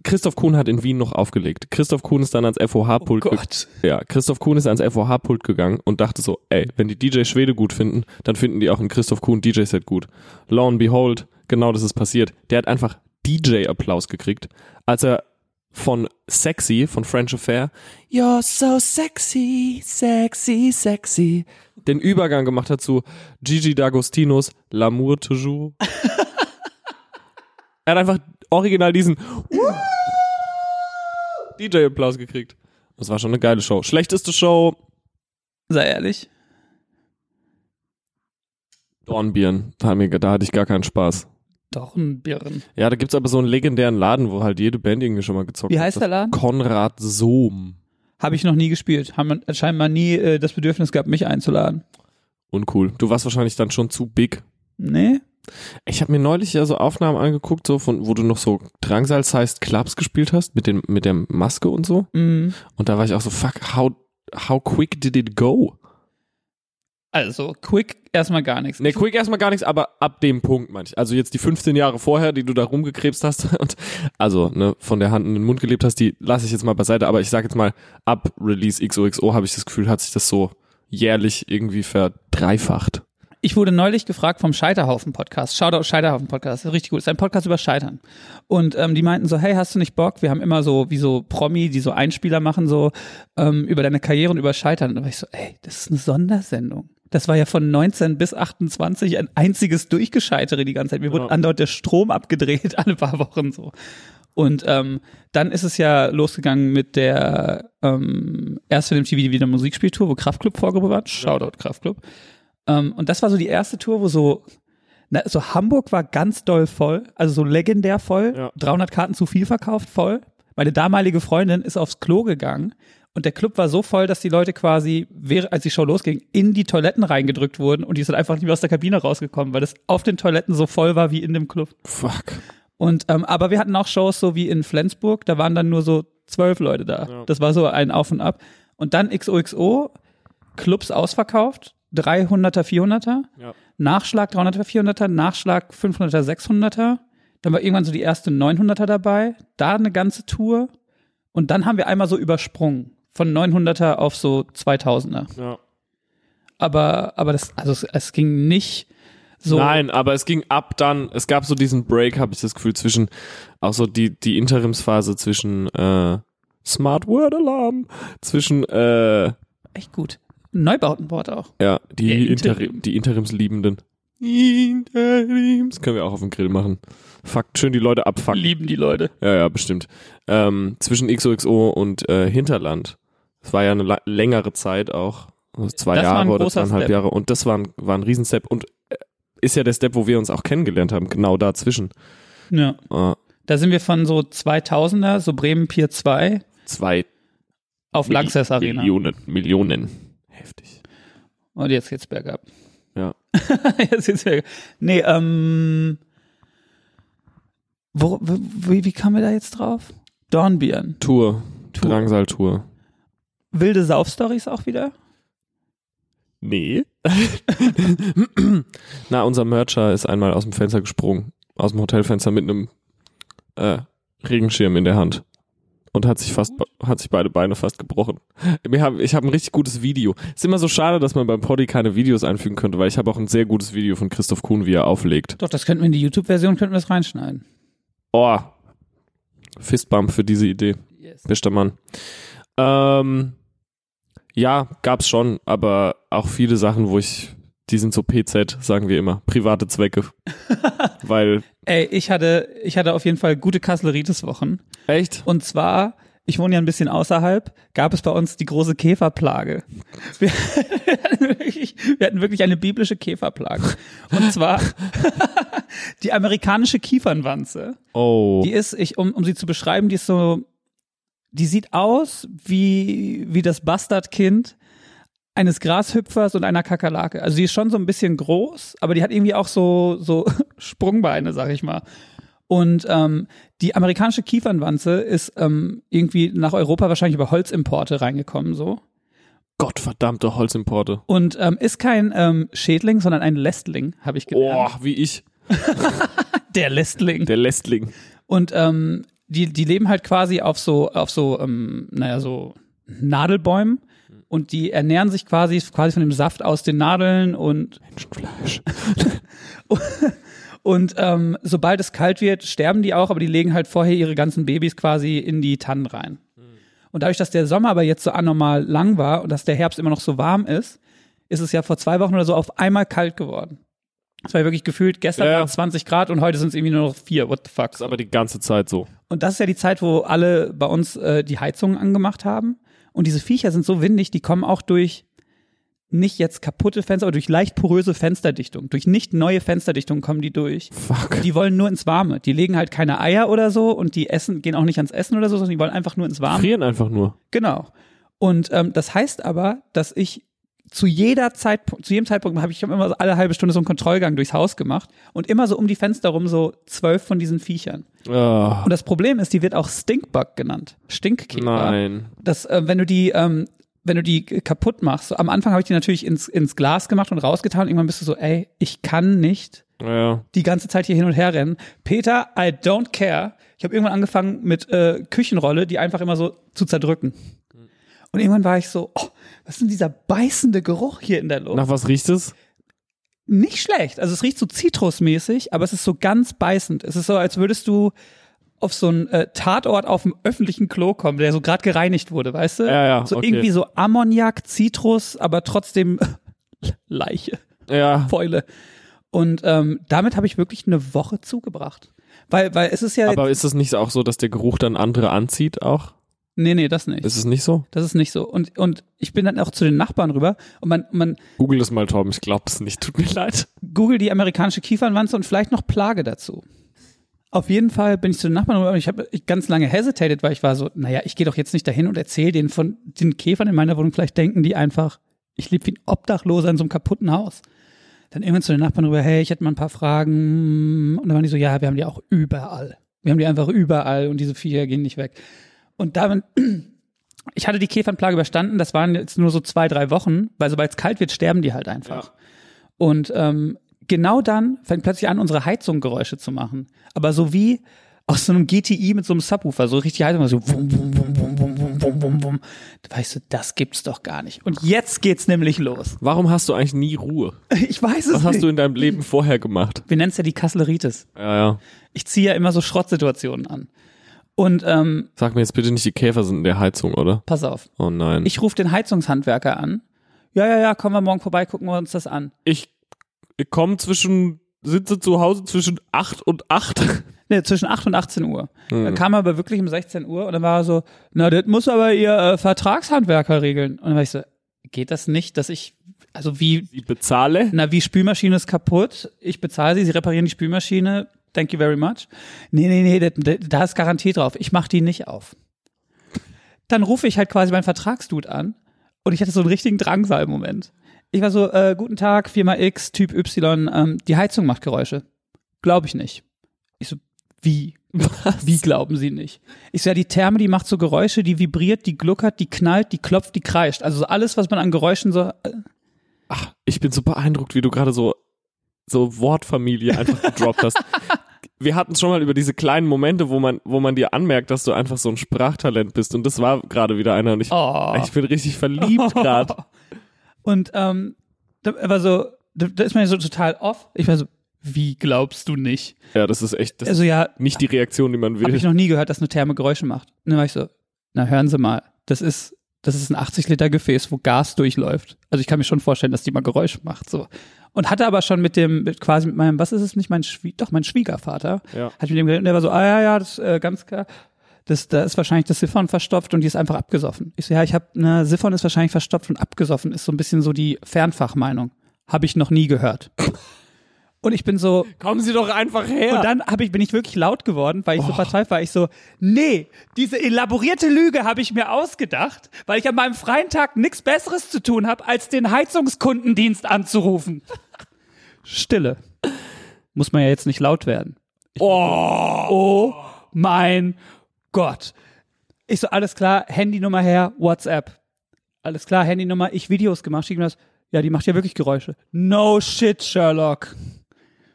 [SPEAKER 2] Christoph Kuhn hat in Wien noch aufgelegt. Christoph Kuhn ist dann ans FOH-Pult
[SPEAKER 1] Oh
[SPEAKER 2] ge-
[SPEAKER 1] Gott.
[SPEAKER 2] ja, Christoph Kuhn ist ans FOH-Pult gegangen und dachte so, ey, wenn die DJ Schwede gut finden, dann finden die auch ein Christoph Kuhn DJ-Set gut. Lo and behold, genau das ist passiert. Der hat einfach DJ-Applaus gekriegt, als er von Sexy, von French Affair, You're so sexy, sexy, sexy, den Übergang gemacht hat zu Gigi D'Agostinos L'amour toujours. er hat einfach original diesen DJ-Applaus gekriegt. Das war schon eine geile Show. Schlechteste Show,
[SPEAKER 1] Sei ehrlich.
[SPEAKER 2] Dornbirn. Da, hat mir, da hatte ich gar keinen Spaß.
[SPEAKER 1] Dornbirn.
[SPEAKER 2] Ja, da gibt's aber so einen legendären Laden, wo halt jede Band irgendwie schon mal gezockt
[SPEAKER 1] Wie
[SPEAKER 2] hat.
[SPEAKER 1] heißt der Laden?
[SPEAKER 2] Konrad Sohm.
[SPEAKER 1] Habe ich noch nie gespielt. Haben anscheinend mal nie äh, das Bedürfnis gehabt, mich einzuladen.
[SPEAKER 2] Uncool. Du warst wahrscheinlich dann schon zu big.
[SPEAKER 1] Nee?
[SPEAKER 2] Ich habe mir neulich ja so Aufnahmen angeguckt, so von, wo du noch so Drangsals heißt Clubs gespielt hast, mit, dem, mit der Maske und so.
[SPEAKER 1] Mm.
[SPEAKER 2] Und da war ich auch so, fuck, how, how quick did it go?
[SPEAKER 1] Also, quick erstmal gar nichts.
[SPEAKER 2] Ne, quick erstmal gar nichts, aber ab dem Punkt manch. Also jetzt die 15 Jahre vorher, die du da rumgekrebst hast und also ne, von der Hand in den Mund gelebt hast, die lasse ich jetzt mal beiseite, aber ich sage jetzt mal, ab Release XOXO habe ich das Gefühl, hat sich das so jährlich irgendwie verdreifacht.
[SPEAKER 1] Ich wurde neulich gefragt vom Scheiterhaufen-Podcast. Shoutout Scheiterhaufen-Podcast. ist Richtig gut. Ist ein Podcast über Scheitern. Und ähm, die meinten so, hey, hast du nicht Bock? Wir haben immer so, wie so Promi, die so Einspieler machen, so ähm, über deine Karriere und über Scheitern. Und da war ich so, ey, das ist eine Sondersendung. Das war ja von 19 bis 28 ein einziges Durchgescheitere die ganze Zeit. Mir wurde
[SPEAKER 2] Ja.
[SPEAKER 1] andauernd der Strom abgedreht, alle paar Wochen so. Und ähm, dann ist es ja losgegangen mit der ähm, erst mit dem TV wieder Musikspieltour, wo Kraftclub vorgehoben war. Shoutout Kraftclub. Ähm, und das war so die erste Tour, wo so na, so Hamburg war ganz doll voll, also so legendär voll,
[SPEAKER 2] Ja.
[SPEAKER 1] 300 Karten zu viel verkauft voll. Meine damalige Freundin ist aufs Klo gegangen und der Club war so voll, dass die Leute quasi, während- als die Show losging, in die Toiletten reingedrückt wurden und die sind einfach nicht mehr aus der Kabine rausgekommen, weil das auf den Toiletten so voll war wie in dem Club.
[SPEAKER 2] Fuck.
[SPEAKER 1] Und ähm, aber wir hatten auch Shows so wie in Flensburg, da waren dann nur so zwölf Leute da.
[SPEAKER 2] Ja.
[SPEAKER 1] Das war so ein Auf und Ab. Und dann XOXO, Clubs ausverkauft, 300er, 400er,
[SPEAKER 2] Ja.
[SPEAKER 1] Nachschlag 300er, 400er, Nachschlag 500er, 600er. Dann war irgendwann so die erste 900er dabei, da eine ganze Tour. Und dann haben wir einmal so übersprungen von 900er auf so 2000er.
[SPEAKER 2] Ja.
[SPEAKER 1] Aber, aber das, also es, es ging nicht so.
[SPEAKER 2] Nein, aber es ging ab dann, es gab so diesen Break, habe ich das Gefühl, zwischen, auch so die, die Interimsphase zwischen äh, Smart Word Alarm, zwischen, äh,
[SPEAKER 1] Echt gut. Neubautenwort auch.
[SPEAKER 2] ja, die,
[SPEAKER 1] Ja, Interim.
[SPEAKER 2] Interim. die Interimsliebenden. Interims. Können wir auch auf dem Grill machen. Fuckt, schön die Leute abfucken.
[SPEAKER 1] Lieben die Leute.
[SPEAKER 2] Ja, ja, bestimmt. Ähm, zwischen XOXO und äh, Hinterland. Das war ja eine la- längere Zeit auch. Also zwei
[SPEAKER 1] Das war ein
[SPEAKER 2] Jahre oder
[SPEAKER 1] großer
[SPEAKER 2] zweieinhalb
[SPEAKER 1] Step.
[SPEAKER 2] Jahre. Und das war ein, war ein Riesenstep. Und äh, ist ja der Step, wo wir uns auch kennengelernt haben. Genau dazwischen.
[SPEAKER 1] Ja.
[SPEAKER 2] Äh,
[SPEAKER 1] Da sind wir von so 2000er, so Bremen Pier 2
[SPEAKER 2] zwei
[SPEAKER 1] auf Lanxess Arena.
[SPEAKER 2] Millionen. Millionen. Heftig.
[SPEAKER 1] Und jetzt geht's bergab.
[SPEAKER 2] Ja.
[SPEAKER 1] jetzt geht's bergab. Nee, ähm. Wo, w- wie, wie kamen wir da jetzt drauf? Dornbirn.
[SPEAKER 2] Tour.
[SPEAKER 1] Tour.
[SPEAKER 2] Drangsal-Tour.
[SPEAKER 1] Wilde Saufstories auch wieder?
[SPEAKER 2] Nee. Na, unser Mercher ist einmal aus dem Fenster gesprungen. Aus dem Hotelfenster mit einem äh, Regenschirm in der Hand. Und hat sich fast, hat sich beide Beine fast gebrochen. Wir haben, ich habe ein richtig gutes Video. Ist immer so schade, dass man beim Poddy keine Videos einfügen könnte, weil ich habe auch ein sehr gutes Video von Christoph Kuhn, wie er auflegt.
[SPEAKER 1] Doch, das könnten wir in die YouTube-Version, könnten wir das reinschneiden.
[SPEAKER 2] Oh. Fistbump für diese Idee.
[SPEAKER 1] Yes.
[SPEAKER 2] Bester Mann. Ähm, ja, gab's schon, aber auch viele Sachen, wo ich, die sind so PZ, sagen wir immer, private Zwecke. Weil,
[SPEAKER 1] Ey, ich hatte, ich hatte auf jeden Fall gute Kasseleritis-Wochen.
[SPEAKER 2] echt?
[SPEAKER 1] Und zwar, ich wohne ja ein bisschen außerhalb, gab es bei uns die große Käferplage. Wir, wir hatten wirklich eine biblische Käferplage. Und zwar die amerikanische Kiefernwanze.
[SPEAKER 2] Oh,
[SPEAKER 1] Die ist, ich, um, um sie zu beschreiben, die ist so, die sieht aus wie, wie das Bastardkind eines Grashüpfers und einer Kakerlake. Also die ist schon so ein bisschen groß, aber die hat irgendwie auch so, so Sprungbeine, sag ich mal. Und ähm, die amerikanische Kiefernwanze ist ähm, irgendwie nach Europa wahrscheinlich über Holzimporte reingekommen, so.
[SPEAKER 2] gottverdammte Holzimporte.
[SPEAKER 1] Und ähm, ist kein ähm, Schädling, sondern ein Lästling, habe ich
[SPEAKER 2] Oh,
[SPEAKER 1] gelernt.
[SPEAKER 2] wie ich,
[SPEAKER 1] Der Lästling.
[SPEAKER 2] der Lästling.
[SPEAKER 1] Und ähm, die, die leben halt quasi auf so, auf so, ähm, naja, so Nadelbäumen. Und die ernähren sich quasi, quasi von dem Saft aus den Nadeln und,
[SPEAKER 2] Menschenfleisch.
[SPEAKER 1] und ähm, sobald es kalt wird, sterben die auch, aber die legen halt vorher ihre ganzen Babys quasi in die Tannen rein. Und dadurch, dass der Sommer aber jetzt so anormal lang war und dass der Herbst immer noch so warm ist, ist es ja vor zwei Wochen oder so auf einmal kalt geworden. Es war wirklich gefühlt, gestern
[SPEAKER 2] Ja, ja.
[SPEAKER 1] waren es 20 Grad und heute sind es irgendwie nur noch vier. What the fuck?
[SPEAKER 2] Ist aber die ganze Zeit so.
[SPEAKER 1] Und das ist ja die Zeit, wo alle bei uns äh, die Heizungen angemacht haben. Und diese Viecher sind so windig, die kommen auch durch nicht jetzt kaputte Fenster, aber durch leicht poröse Fensterdichtung. Durch nicht neue Fensterdichtung kommen die durch.
[SPEAKER 2] Fuck.
[SPEAKER 1] Die wollen nur ins Warme. Die legen halt keine Eier oder so und die essen, gehen auch nicht ans Essen oder so, sondern die wollen einfach nur ins Warme.
[SPEAKER 2] frieren einfach nur.
[SPEAKER 1] Genau. Und ähm, das heißt aber, dass ich zu jeder Zeit, zu jedem Zeitpunkt habe ich hab immer so alle halbe Stunde so einen Kontrollgang durchs Haus gemacht und immer so um die Fenster rum so zwölf von diesen Viechern.
[SPEAKER 2] Ah,
[SPEAKER 1] Und das Problem ist, die wird auch Stinkbug genannt. Stinkkäfer.
[SPEAKER 2] nein.
[SPEAKER 1] Das, äh, wenn du die, ähm, wenn du die kaputt machst, so, am Anfang habe ich die natürlich ins, ins Glas gemacht und rausgetan. Irgendwann bist du so, ey, ich kann nicht
[SPEAKER 2] Ja.
[SPEAKER 1] die ganze Zeit hier hin und her rennen. Peter, I don't care. Ich habe irgendwann angefangen mit äh, Küchenrolle, die einfach immer so zu zerdrücken. Und irgendwann war ich so, oh, was ist denn dieser beißende Geruch hier in der Luft?
[SPEAKER 2] Nach was riecht es?
[SPEAKER 1] Nicht schlecht. Also es riecht so zitrusmäßig, aber es ist so ganz beißend. Es ist so, als würdest du auf so einen äh, Tatort auf dem öffentlichen Klo kommen, der so gerade gereinigt wurde, weißt du?
[SPEAKER 2] Ja, ja,
[SPEAKER 1] So
[SPEAKER 2] okay.
[SPEAKER 1] irgendwie so Ammoniak, Zitrus, aber trotzdem Leiche,
[SPEAKER 2] Ja.
[SPEAKER 1] Fäule. Und ähm, damit habe ich wirklich eine Woche zugebracht. Weil, weil es ist ja.
[SPEAKER 2] Aber ist es nicht auch so, dass der Geruch dann andere anzieht auch?
[SPEAKER 1] nee, nee, das nicht.
[SPEAKER 2] Ist es nicht so?
[SPEAKER 1] Das ist nicht so. Und, und ich bin dann auch zu den Nachbarn rüber und man, man
[SPEAKER 2] Google es mal, Torben. Ich glaub's nicht. Tut mir leid.
[SPEAKER 1] Google die amerikanische Kiefernwanze und vielleicht noch Plage dazu. Auf jeden Fall bin ich zu den Nachbarn rüber und ich habe ganz lange hesitated, weil ich war so, naja, ich gehe doch jetzt nicht dahin und erzähle denen von den Käfern in meiner Wohnung. Vielleicht denken die einfach, ich lebe wie ein Obdachloser in so einem kaputten Haus. dann irgendwann zu den Nachbarn rüber, hey, ich hätte mal ein paar Fragen. Und dann waren die so, ja, wir haben die auch überall. Wir haben die einfach überall und diese Viecher gehen nicht weg. Und damit, ich hatte die Käfernplage überstanden, das waren jetzt nur so zwei, drei Wochen, weil sobald es kalt wird, sterben die halt einfach. Und ähm, genau dann fängt plötzlich an, unsere Heizung Geräusche zu machen. Aber so wie aus so einem GTI mit so einem Subwoofer, so richtig Heizung, so wum, wum, wum, wum, wum, wum, wum, wum, wum. Da weißt du, das gibt's doch gar nicht. Und jetzt geht's nämlich los.
[SPEAKER 2] Warum hast du eigentlich nie Ruhe?
[SPEAKER 1] Ich weiß es
[SPEAKER 2] Was hast
[SPEAKER 1] nicht.
[SPEAKER 2] du in deinem Leben vorher gemacht?
[SPEAKER 1] Wir nennen's ja die Kassleritis.
[SPEAKER 2] Ja, ja.
[SPEAKER 1] Ich ziehe ja immer so Schrottsituationen an. Und ähm,
[SPEAKER 2] Sag mir jetzt bitte nicht, die Käfer sind in der Heizung, oder?
[SPEAKER 1] pass auf,
[SPEAKER 2] Oh nein.
[SPEAKER 1] ich rufe den Heizungshandwerker an. Ja, ja, ja, kommen wir morgen vorbei, gucken wir uns das an.
[SPEAKER 2] Ich, ich komme zwischen, sitze zu Hause zwischen 8 und 8.
[SPEAKER 1] Nee, zwischen 8 und 18 Uhr. Dann kam er aber wirklich um 16 Uhr und dann war er so, na, das muss aber ihr äh, Vertragshandwerker regeln. Und dann war ich so, geht das nicht, dass ich, also wie,
[SPEAKER 2] Ich bezahle.
[SPEAKER 1] na, wie Spülmaschine ist kaputt, ich bezahle sie, sie reparieren die Spülmaschine, thank you very much. Nee, nee, nee, das- das- da ist Garantie drauf, ich mach die nicht auf. Dann rufe ich halt quasi meinen Vertragsdude an und ich hatte so einen richtigen Drangsal im Moment. Ich war so, äh, guten Tag, Firma X, Typ Y, ähm, die Heizung macht Geräusche. Glaube ich nicht. Ich so, wie? Wie glauben Sie nicht? Ich so, ja, die Therme, die macht so Geräusche, die vibriert, die gluckert, die knallt, die klopft, die kreischt. Also so alles, was man an Geräuschen so äh,
[SPEAKER 2] Ich bin so beeindruckt, wie du gerade so, so Wortfamilie einfach gedroppt hast. Wir hatten schon mal über diese kleinen Momente, wo man, wo man dir anmerkt, dass du einfach so ein Sprachtalent bist. Und das war gerade wieder einer. Und ich,
[SPEAKER 1] Oh.
[SPEAKER 2] ich bin richtig verliebt gerade.
[SPEAKER 1] Und ähm, da er war so, da, da ist man ja so total off. Ich war so, wie glaubst du nicht?
[SPEAKER 2] Ja, das ist echt das
[SPEAKER 1] Also ja,
[SPEAKER 2] ist nicht die Reaktion, die man
[SPEAKER 1] habe ich
[SPEAKER 2] will.
[SPEAKER 1] noch nie gehört, dass eine Therme Geräusche macht. Und dann war ich so, na hören Sie mal, das ist, das ist ein 80 Liter Gefäß, wo Gas durchläuft. Also ich kann mir schon vorstellen, dass die mal Geräusch macht. So und hatte aber schon mit dem mit quasi mit meinem, was ist es nicht mein Schwie doch mein Schwiegervater,
[SPEAKER 2] Ja.
[SPEAKER 1] hat mit dem geredet und der war so, ah ja ja, das äh, ganz klar. Das, da ist wahrscheinlich das Siphon verstopft und die ist einfach abgesoffen. Ich so, ja, ich habe, ne, Siphon ist wahrscheinlich verstopft und abgesoffen, ist so ein bisschen so die Fernfachmeinung. Habe ich noch nie gehört. Und ich bin so,
[SPEAKER 2] Kommen Sie doch einfach her.
[SPEAKER 1] und dann hab ich, bin ich wirklich laut geworden, weil ich so verzweifelt war. Ich so, nee, diese elaborierte Lüge habe ich mir ausgedacht, weil ich an meinem freien Tag nichts Besseres zu tun habe, als den Heizungskundendienst anzurufen. Stille. Muss man ja jetzt nicht laut werden. Oh, oh mein Gott. Ich so, alles klar, Handynummer her, WhatsApp. Alles klar, Handynummer, ich Videos gemacht, schick mir das. Ja, die macht ja wirklich Geräusche. No shit, Sherlock.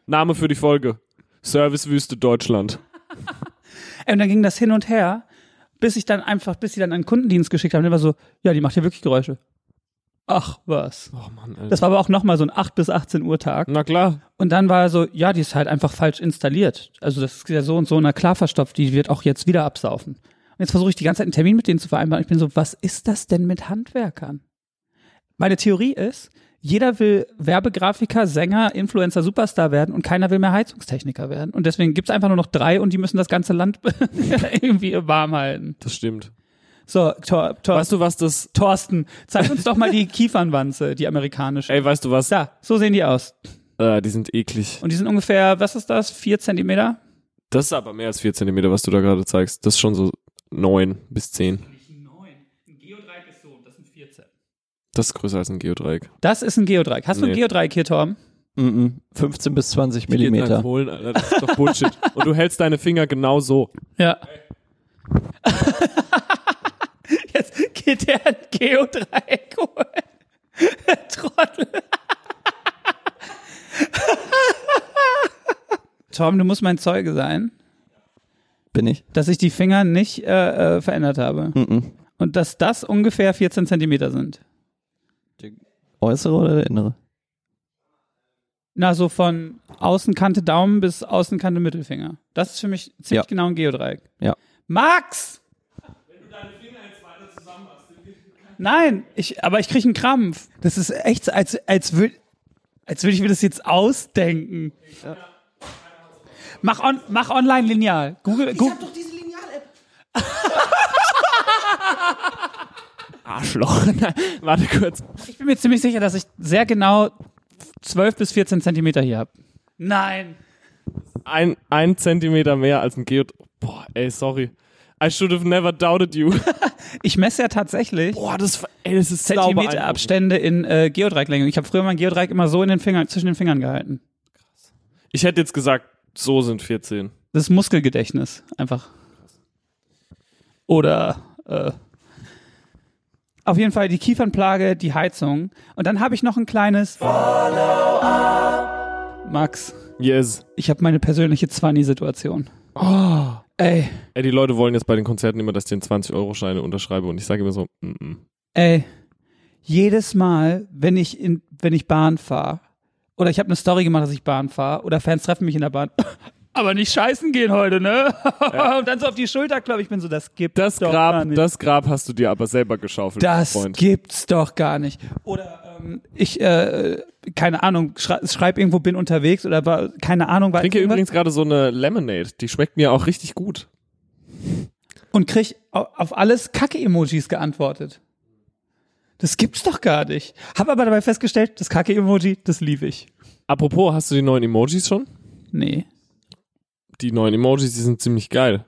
[SPEAKER 2] Name für die Folge. Servicewüste Deutschland.
[SPEAKER 1] Ey, Und dann ging das hin und her, bis ich dann einfach, bis sie dann einen Kundendienst geschickt haben, der war so, ja, die macht ja wirklich Geräusche. Ach was.
[SPEAKER 2] Oh Mann, Alter.
[SPEAKER 1] Das war aber auch nochmal so ein 8 bis 18 Uhr Tag.
[SPEAKER 2] Na klar.
[SPEAKER 1] Und dann war er so, ja, die ist halt einfach falsch installiert. Also das ist ja so und so, na klar verstopft, die wird auch jetzt wieder absaufen. Und jetzt versuche ich die ganze Zeit einen Termin mit denen zu vereinbaren. Ich bin so, was ist das denn mit Handwerkern? Meine Theorie ist, jeder will Werbegrafiker, Sänger, Influencer, Superstar werden und keiner will mehr Heizungstechniker werden. Und deswegen gibt's einfach nur noch drei und die müssen das ganze Land irgendwie warm halten.
[SPEAKER 2] Das stimmt.
[SPEAKER 1] So, Tor, Tor,
[SPEAKER 2] Weißt du, was das.
[SPEAKER 1] Thorsten, zeig uns doch mal die Kiefernwanze, die amerikanische.
[SPEAKER 2] Ey, weißt du was?
[SPEAKER 1] Da, so sehen die aus.
[SPEAKER 2] Äh, die sind eklig.
[SPEAKER 1] Und die sind ungefähr, was ist das, vier Zentimeter?
[SPEAKER 2] Das ist aber mehr als 4 Zentimeter, was du da gerade zeigst. Das ist schon so 9 bis 10.
[SPEAKER 1] Neun. Ein Geodreieck ist so, das sind 14.
[SPEAKER 2] Das ist größer als ein Geodreieck.
[SPEAKER 1] Das ist ein Geodreieck. Hast du ein
[SPEAKER 2] Nee.
[SPEAKER 1] Geodreieck hier, Torben?
[SPEAKER 4] Mhm. 15 bis 20
[SPEAKER 2] Geht nach
[SPEAKER 4] Millimeter.
[SPEAKER 2] Polen, Alter. Das ist doch Bullshit. Und du hältst deine Finger genau so.
[SPEAKER 1] Ja. Jetzt geht der ein Geodreieck holen. Trottel. Torben, du musst mein Zeuge sein,
[SPEAKER 4] Bin ich?
[SPEAKER 1] dass ich die Finger nicht äh, äh, verändert habe.
[SPEAKER 4] Mhm.
[SPEAKER 1] Und dass das ungefähr 14 Zentimeter sind.
[SPEAKER 4] Äußere oder der innere?
[SPEAKER 1] Na, so von Außenkante Daumen bis Außenkante Mittelfinger. Das ist für mich ziemlich
[SPEAKER 4] Ja.
[SPEAKER 1] genau ein Geodreieck.
[SPEAKER 4] Ja.
[SPEAKER 1] Max! Nein, ich, aber ich kriege einen Krampf. Das ist echt, so, als, als würde als würd ich mir das jetzt ausdenken. Mach, on, mach online lineal. Google, Google.
[SPEAKER 2] Arschloch. Nein, Warte kurz.
[SPEAKER 1] Ich bin mir ziemlich sicher, dass ich sehr genau 12 bis 14 Zentimeter hier habe. Nein.
[SPEAKER 2] Ein, ein Zentimeter mehr als ein Geodreieck. Boah, ey, sorry. I should have never doubted you.
[SPEAKER 1] Ich messe ja tatsächlich
[SPEAKER 2] Boah, das, ey, das ist sau beeindruckend.
[SPEAKER 1] Zentimeterabstände in äh, Geodreiecklängel. Ich habe früher mein Geodreieck immer so in den Fingern, zwischen den Fingern gehalten.
[SPEAKER 2] Ich hätte jetzt gesagt, so sind 14.
[SPEAKER 1] Das ist Muskelgedächtnis, einfach. Oder äh, auf jeden Fall die Kiefernplage, die Heizung. Und dann habe ich noch ein kleines Max,
[SPEAKER 2] Yes.
[SPEAKER 1] ich habe meine persönliche Zwanni-Situation. Oh. Ey,
[SPEAKER 2] Ey, die Leute wollen jetzt bei den Konzerten immer, dass ich den 20-Euro-Scheine unterschreibe und ich sage immer so, mm -mm.
[SPEAKER 1] ey. Jedes Mal, wenn ich in, wenn ich Bahn fahre, oder ich habe eine Story gemacht, dass ich Bahn fahre, oder Fans treffen mich in der Bahn. Aber nicht scheißen gehen heute, ne? Und dann so auf die Schulter klopfen. Ich bin so, das gibt
[SPEAKER 2] Das
[SPEAKER 1] doch gar
[SPEAKER 2] Grab,
[SPEAKER 1] nicht.
[SPEAKER 2] das Grab hast du dir aber selber geschaufelt,
[SPEAKER 1] Das
[SPEAKER 2] Freund.
[SPEAKER 1] gibt's doch gar nicht. Oder ähm, ich, äh, keine Ahnung, schrei schreib irgendwo, bin unterwegs oder war, keine Ahnung, war
[SPEAKER 2] Ich trinke
[SPEAKER 1] irgendwas
[SPEAKER 2] übrigens gerade so eine Lemonade. Die schmeckt mir auch richtig gut.
[SPEAKER 1] und krieg au- auf alles Kacke-Emojis geantwortet. Das gibt's doch gar nicht. Hab aber dabei festgestellt, das Kacke-Emoji, das liebe ich.
[SPEAKER 2] Apropos, hast du die neuen Emojis schon?
[SPEAKER 1] Nee.
[SPEAKER 2] Die neuen Emojis, die sind ziemlich geil.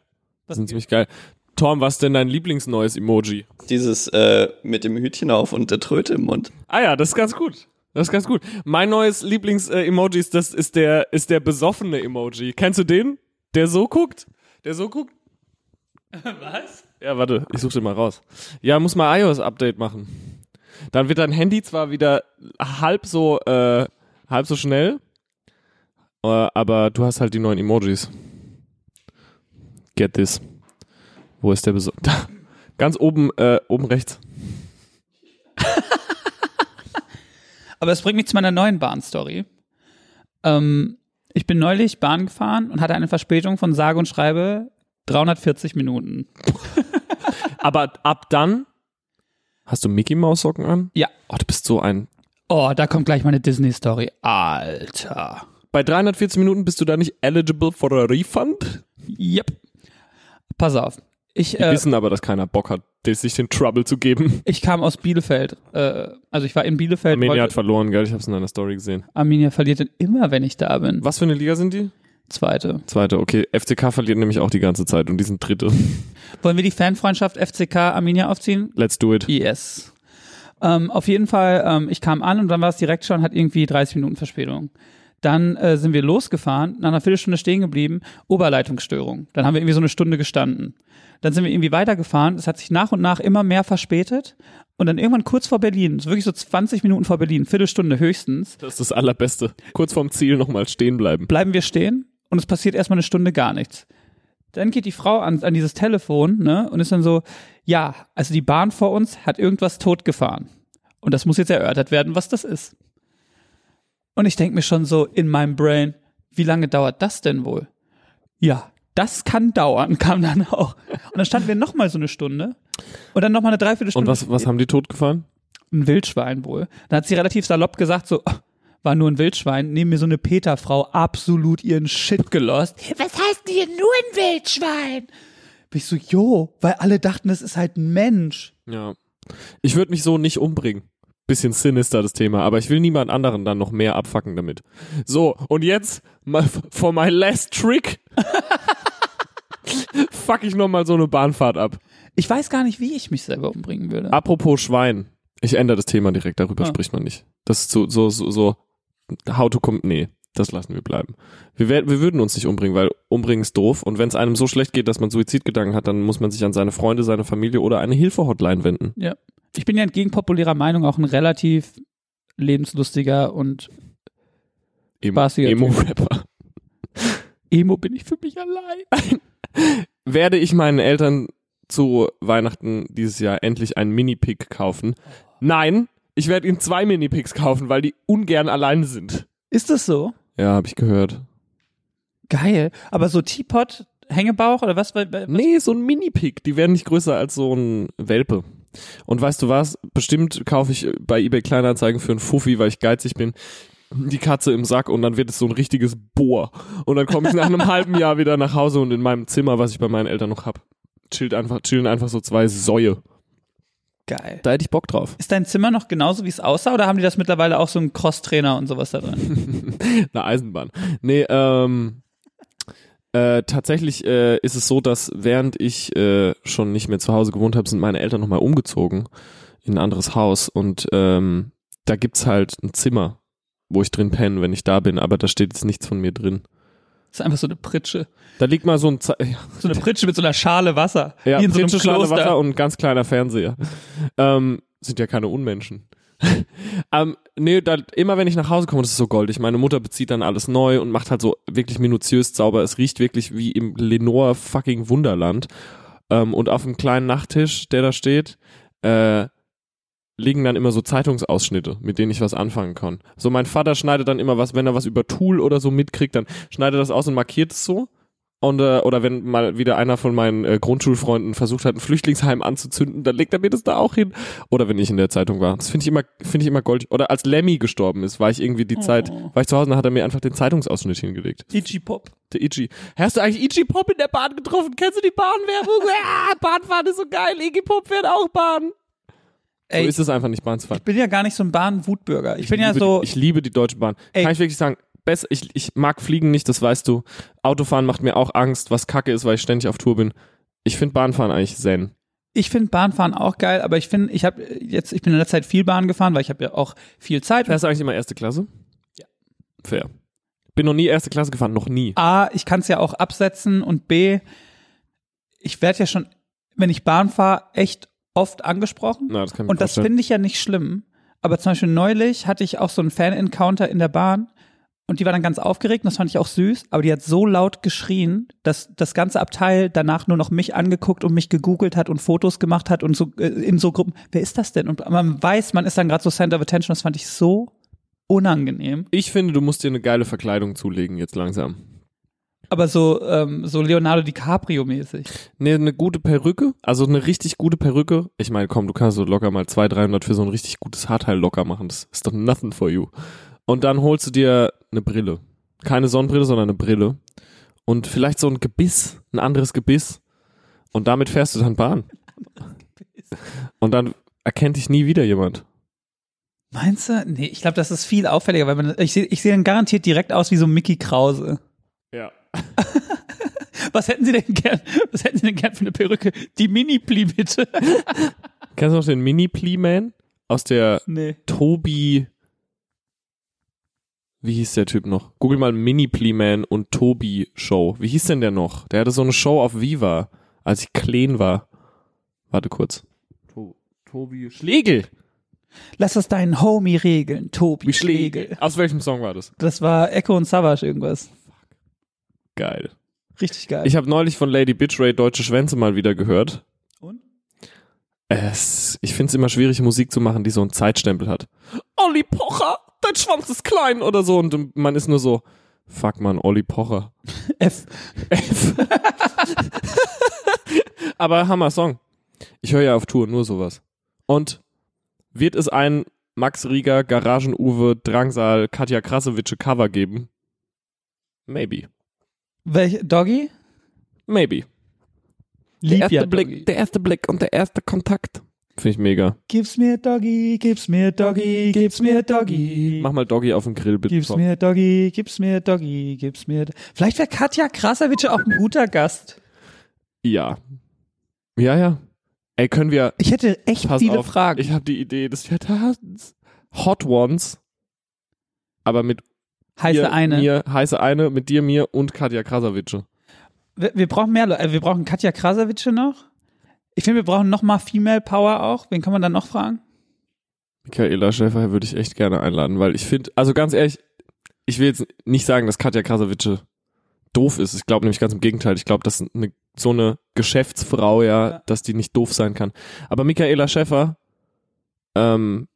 [SPEAKER 2] Die sind ziemlich geil. Tom, was ist denn dein Lieblingsneues Emoji?
[SPEAKER 4] Dieses äh, mit dem Hütchen auf und der Tröte im Mund.
[SPEAKER 2] Ah ja, das ist ganz gut. Das ist ganz gut. Mein neues Lieblings-Emoji ist, das ist der, ist der besoffene Emoji. Kennst du den? Der so guckt. Der so guckt.
[SPEAKER 1] Was?
[SPEAKER 2] Ja, warte, ich suche den mal raus. Ja, muss mal iOS-Update machen. Dann wird dein Handy zwar wieder halb so, äh, halb so schnell, äh, aber du hast halt die neuen Emojis. Get this. Wo ist der Besuch? Da. Ganz oben, äh, oben rechts.
[SPEAKER 1] Aber es bringt mich zu meiner neuen Bahn-Story. Ähm, ich bin neulich Bahn gefahren und hatte eine Verspätung von sage und schreibe 340 Minuten.
[SPEAKER 2] Aber ab dann hast du Mickey Maus Socken an?
[SPEAKER 1] Ja.
[SPEAKER 2] Oh, du bist so ein.
[SPEAKER 1] Oh, da kommt gleich meine Disney-Story. Alter.
[SPEAKER 2] Bei 340 Minuten bist du da nicht eligible for a refund?
[SPEAKER 1] Yep. Pass auf. Ich,
[SPEAKER 2] Die
[SPEAKER 1] äh,
[SPEAKER 2] wissen aber, dass keiner Bock hat, dir sich den Trouble zu geben.
[SPEAKER 1] ich kam aus Bielefeld. Äh, also ich war in Bielefeld.
[SPEAKER 2] Armenia hat
[SPEAKER 1] wollte-
[SPEAKER 2] verloren, gell? Ich hab's in deiner Story gesehen.
[SPEAKER 1] Arminia verliert denn immer, wenn ich da bin.
[SPEAKER 2] Was für eine Liga sind die?
[SPEAKER 1] Zweite.
[SPEAKER 2] Zweite, okay. FCK verliert nämlich auch die ganze Zeit und die sind dritte.
[SPEAKER 1] Wollen wir die Fanfreundschaft FCK Arminia aufziehen?
[SPEAKER 2] Let's do it.
[SPEAKER 1] Yes. Ähm, auf jeden Fall, ähm, ich kam an und dann war es direkt schon, hat irgendwie 30 Minuten Verspätung. Dann äh, sind wir losgefahren, nach einer Viertelstunde stehen geblieben, Oberleitungsstörung. Dann haben wir irgendwie so eine Stunde gestanden. Dann sind wir irgendwie weitergefahren, es hat sich nach und nach immer mehr verspätet und dann irgendwann kurz vor Berlin, so wirklich so 20 Minuten vor Berlin, Viertelstunde höchstens,
[SPEAKER 2] Das ist das Allerbeste. Kurz vorm Ziel nochmal stehen bleiben.
[SPEAKER 1] bleiben wir stehen und es passiert erstmal eine Stunde gar nichts. Dann geht die Frau an, an dieses Telefon ne, und ist dann so, ja, also die Bahn vor uns hat irgendwas totgefahren. Und das muss jetzt erörtert werden, was das ist. Und ich denke mir schon so in meinem Brain, wie lange dauert das denn wohl? Ja, das kann dauern, kam dann auch. Und dann standen wir nochmal so eine Stunde und dann nochmal eine
[SPEAKER 2] Und
[SPEAKER 1] Dreiviertelstunde.
[SPEAKER 2] was, was haben die totgefahren?
[SPEAKER 1] Ein Wildschwein wohl. Dann hat sie relativ salopp gesagt, so, "Oh, war nur ein Wildschwein, neben mir so eine Peterfrau absolut ihren Shit gelost. Was heißt denn hier nur ein Wildschwein? Bin ich so, jo, weil alle dachten, es ist halt ein Mensch.
[SPEAKER 2] Ja. Ich würde mich so nicht umbringen. Bisschen sinister das Thema, aber ich will niemand anderen dann noch mehr abfacken damit. So, und jetzt mal f- for my last trick. Fuck ich nochmal so eine Bahnfahrt ab.
[SPEAKER 1] Ich weiß gar nicht, wie ich mich selber umbringen würde.
[SPEAKER 2] Apropos Schwein. Ich ändere das Thema direkt, darüber
[SPEAKER 1] Ah.
[SPEAKER 2] spricht man nicht. Das ist so, so, so, so, how to come, nee, das lassen wir bleiben. Wir, wär, wir würden uns nicht umbringen, weil umbringen ist doof und wenn es einem so schlecht geht, dass man Suizidgedanken hat, dann muss man sich an seine Freunde, seine Familie oder eine Hilfe-Hotline wenden.
[SPEAKER 1] Ja. Ich bin ja entgegen populärer Meinung auch ein relativ lebenslustiger und
[SPEAKER 2] Emo-
[SPEAKER 1] Spaßiger Typ.
[SPEAKER 2] Emo-Rapper.
[SPEAKER 1] Emo bin ich für mich allein.
[SPEAKER 2] Werde ich meinen Eltern zu Weihnachten dieses Jahr endlich einen Mini-Pig kaufen? Nein, ich werde ihnen zwei Mini-Pigs kaufen, weil die ungern alleine sind.
[SPEAKER 1] Ist das so?
[SPEAKER 2] Ja, habe ich gehört.
[SPEAKER 1] Geil. Aber so Teapot, Hängebauch oder was? Weil- weil-
[SPEAKER 2] Nee, so ein Mini-Pig. Die werden nicht größer als so ein Welpe. Und weißt du was? Bestimmt kaufe ich bei eBay Kleinanzeigen für einen Fuffi, weil ich geizig bin, die Katze im Sack und dann wird es so ein richtiges Bohr. Und dann komme ich nach einem halben Jahr wieder nach Hause und in meinem Zimmer, was ich bei meinen Eltern noch hab, chillt einfach, chillen einfach so zwei Säue.
[SPEAKER 1] Geil.
[SPEAKER 2] Da hätte ich Bock drauf.
[SPEAKER 1] Ist dein Zimmer noch genauso, wie es aussah, oder haben die das mittlerweile auch so einen Crosstrainer und sowas da drin?
[SPEAKER 2] Eine Eisenbahn. Nee, ähm, Äh, tatsächlich äh, ist es so, dass während ich äh, schon nicht mehr zu Hause gewohnt habe, sind meine Eltern nochmal umgezogen in ein anderes Haus und ähm, da gibt's halt ein Zimmer, wo ich drin penne, wenn ich da bin, aber da steht jetzt nichts von mir drin.
[SPEAKER 1] Das ist einfach so eine Pritsche.
[SPEAKER 2] Da liegt mal so ein Ze ja,
[SPEAKER 1] So eine Pritsche mit so einer Schale Wasser.
[SPEAKER 2] ja,
[SPEAKER 1] wie in so einem
[SPEAKER 2] Klitscheschale
[SPEAKER 1] Kloster.
[SPEAKER 2] Wasser und ein ganz kleiner Fernseher. Ähm, sind ja keine Unmenschen. ähm, nee, da, immer wenn ich nach Hause komme, das ist so goldig. Meine Mutter bezieht dann alles neu und macht halt so wirklich minutiös sauber. Es riecht wirklich wie im Lenore fucking Wunderland. Ähm, und auf dem kleinen Nachttisch, der da steht, äh, liegen dann immer so Zeitungsausschnitte, mit denen ich was anfangen kann. So mein Vater schneidet dann immer was, wenn er was über Tool oder so mitkriegt, dann schneidet er das aus und markiert es so. Und, äh, oder wenn mal wieder einer von meinen äh, Grundschulfreunden versucht hat, ein Flüchtlingsheim anzuzünden, dann legt er mir das da auch hin. Oder wenn ich in der Zeitung war. Das finde ich immer, finde ich immer goldig. Oder als Lemmy gestorben ist, war ich irgendwie die Zeit, war ich zu Hause und hat er mir einfach den Zeitungsausschnitt hingelegt.
[SPEAKER 1] Itchy Pop.
[SPEAKER 2] Der Iggy. Hast du eigentlich Iggy Pop in der Bahn getroffen? Kennst du die Bahnwerbung? ah, Bahnfahren ist so geil. Iggy Pop fährt auch Bahn.
[SPEAKER 1] Ey,
[SPEAKER 2] so ist es einfach nicht, Bahn zu fahren.
[SPEAKER 1] ich bin ja gar nicht so ein Bahnwutbürger. Ich, bin ja
[SPEAKER 2] liebe
[SPEAKER 1] so,
[SPEAKER 2] Die, ich liebe die Deutsche Bahn.
[SPEAKER 1] Ey.
[SPEAKER 2] Kann ich wirklich sagen, besser, ich, ich mag Fliegen nicht, das weißt du. Autofahren macht mir auch Angst, was kacke ist, weil ich ständig auf Tour bin. Ich finde Bahnfahren eigentlich zen.
[SPEAKER 1] ich finde Bahnfahren auch geil, aber ich finde, ich habe jetzt, ich bin in letzter Zeit viel Bahn gefahren, weil ich habe ja auch viel Zeit.
[SPEAKER 2] Fährst du eigentlich immer erste Klasse?
[SPEAKER 1] Ja. Ah.
[SPEAKER 2] Fair. Bin noch nie erste Klasse gefahren, noch nie.
[SPEAKER 1] A, ich kann es ja auch absetzen und B, ich werde ja schon, wenn ich Bahn fahre, echt oft angesprochen.
[SPEAKER 2] Na, das kann ich mir
[SPEAKER 1] und das
[SPEAKER 2] vorstellen.
[SPEAKER 1] finde ich ja nicht schlimm. Aber zum Beispiel neulich hatte ich auch so einen Fan-Encounter in der Bahn und die war dann ganz aufgeregt und das fand ich auch süß, aber die hat so laut geschrien, dass das ganze Abteil danach nur noch mich angeguckt und mich gegoogelt hat und Fotos gemacht hat und so äh, in so Gruppen, wer ist das denn? Und man weiß, man ist dann gerade so Center of Attention, das fand ich so unangenehm.
[SPEAKER 2] Ich finde, du musst dir eine geile Verkleidung zulegen jetzt langsam.
[SPEAKER 1] Aber so, ähm, so Leonardo DiCaprio-mäßig.
[SPEAKER 2] Ne, eine gute Perücke, also eine richtig gute Perücke. Ich meine, komm, du kannst so locker mal 200, 300 für so ein richtig gutes Haarteil locker machen. Das ist doch nothing for you. Und dann holst du dir eine Brille. Keine Sonnenbrille, sondern eine Brille. Und vielleicht so ein Gebiss, ein anderes Gebiss. Und damit fährst du dann Bahn. Und dann erkennt dich nie wieder jemand.
[SPEAKER 1] Meinst du? Nee, ich glaube, das ist viel auffälliger, weil man, ich sehe ich seh dann garantiert direkt aus wie so Mickey Krause.
[SPEAKER 2] Ja.
[SPEAKER 1] Was hätten Sie denn gern, was hätten Sie denn gern für eine Perücke? Die Mini-Pli bitte.
[SPEAKER 2] Kennst du noch den Mini-Plee-Man aus der
[SPEAKER 1] Nee.
[SPEAKER 2] Tobi. Wie hieß der Typ noch? Google mal Mini Pleeman und Tobi Show. Wie hieß denn der noch? Der hatte so eine Show auf Viva, als ich klein war. Warte kurz. Tobi Schlegel.
[SPEAKER 1] Lass es deinen Homie regeln, Tobi
[SPEAKER 2] Wie
[SPEAKER 1] Schlegel.
[SPEAKER 2] Schlegel. Aus welchem Song war das?
[SPEAKER 1] Das war Echo und Savage irgendwas.
[SPEAKER 2] Geil.
[SPEAKER 1] Richtig geil.
[SPEAKER 2] Ich habe neulich von Lady Bitch Ray Deutsche Schwänze mal wieder gehört.
[SPEAKER 1] Und?
[SPEAKER 2] Es, ich find's immer schwierig, Musik zu machen, die so einen Zeitstempel hat. Olli Pocher, dein Schwanz ist klein oder so. Und man ist nur so, fuck man, Olli Pocher.
[SPEAKER 1] F.
[SPEAKER 2] F. Aber Hammer Song. Ich höre ja auf Tour nur sowas. Und wird es ein Max Rieger, Garagen-Uwe, Drangsal, Katja Krasowitsche Cover geben? Maybe.
[SPEAKER 1] Welch, Doggy?
[SPEAKER 2] Maybe. Der
[SPEAKER 1] Lieb
[SPEAKER 2] erste,
[SPEAKER 1] ja
[SPEAKER 2] Blick,
[SPEAKER 1] Doggy.
[SPEAKER 2] der erste Blick und der erste Kontakt. Finde ich mega.
[SPEAKER 1] Gib's mir Doggy, gib's mir Doggy, gib's mir Doggy.
[SPEAKER 2] Mach mal Doggy auf den Grill, bitte.
[SPEAKER 1] Gib's
[SPEAKER 2] Tom.
[SPEAKER 1] mir Doggy, gib's mir Doggy, gib's mir. Vielleicht wäre Katja Krasavitsche auch ein guter Gast.
[SPEAKER 2] Ja. Ja, ja. Ey, können wir.
[SPEAKER 1] Ich hätte echt
[SPEAKER 2] Pass
[SPEAKER 1] viele
[SPEAKER 2] auf,
[SPEAKER 1] Fragen.
[SPEAKER 2] Ich habe die Idee, dass wir da Hot Ones, aber mit
[SPEAKER 1] Heiße
[SPEAKER 2] Dir,
[SPEAKER 1] eine.
[SPEAKER 2] Mir, heiße eine mit dir, mir und Katja Krasavitsche.
[SPEAKER 1] Wir, wir brauchen mehr Leute. Wir brauchen Katja Krasavitsche noch. Ich finde, wir brauchen noch mal Female Power auch. Wen kann man dann noch fragen?
[SPEAKER 2] Michaela Schäfer würde ich echt gerne einladen, weil ich finde, also ganz ehrlich, ich will jetzt nicht sagen, dass Katja Krasavitsche doof ist. Ich glaube nämlich ganz im Gegenteil. Ich glaube, dass eine, so eine Geschäftsfrau ja,
[SPEAKER 1] Ja.
[SPEAKER 2] dass die nicht doof sein kann. Aber Michaela Schäfer, ähm,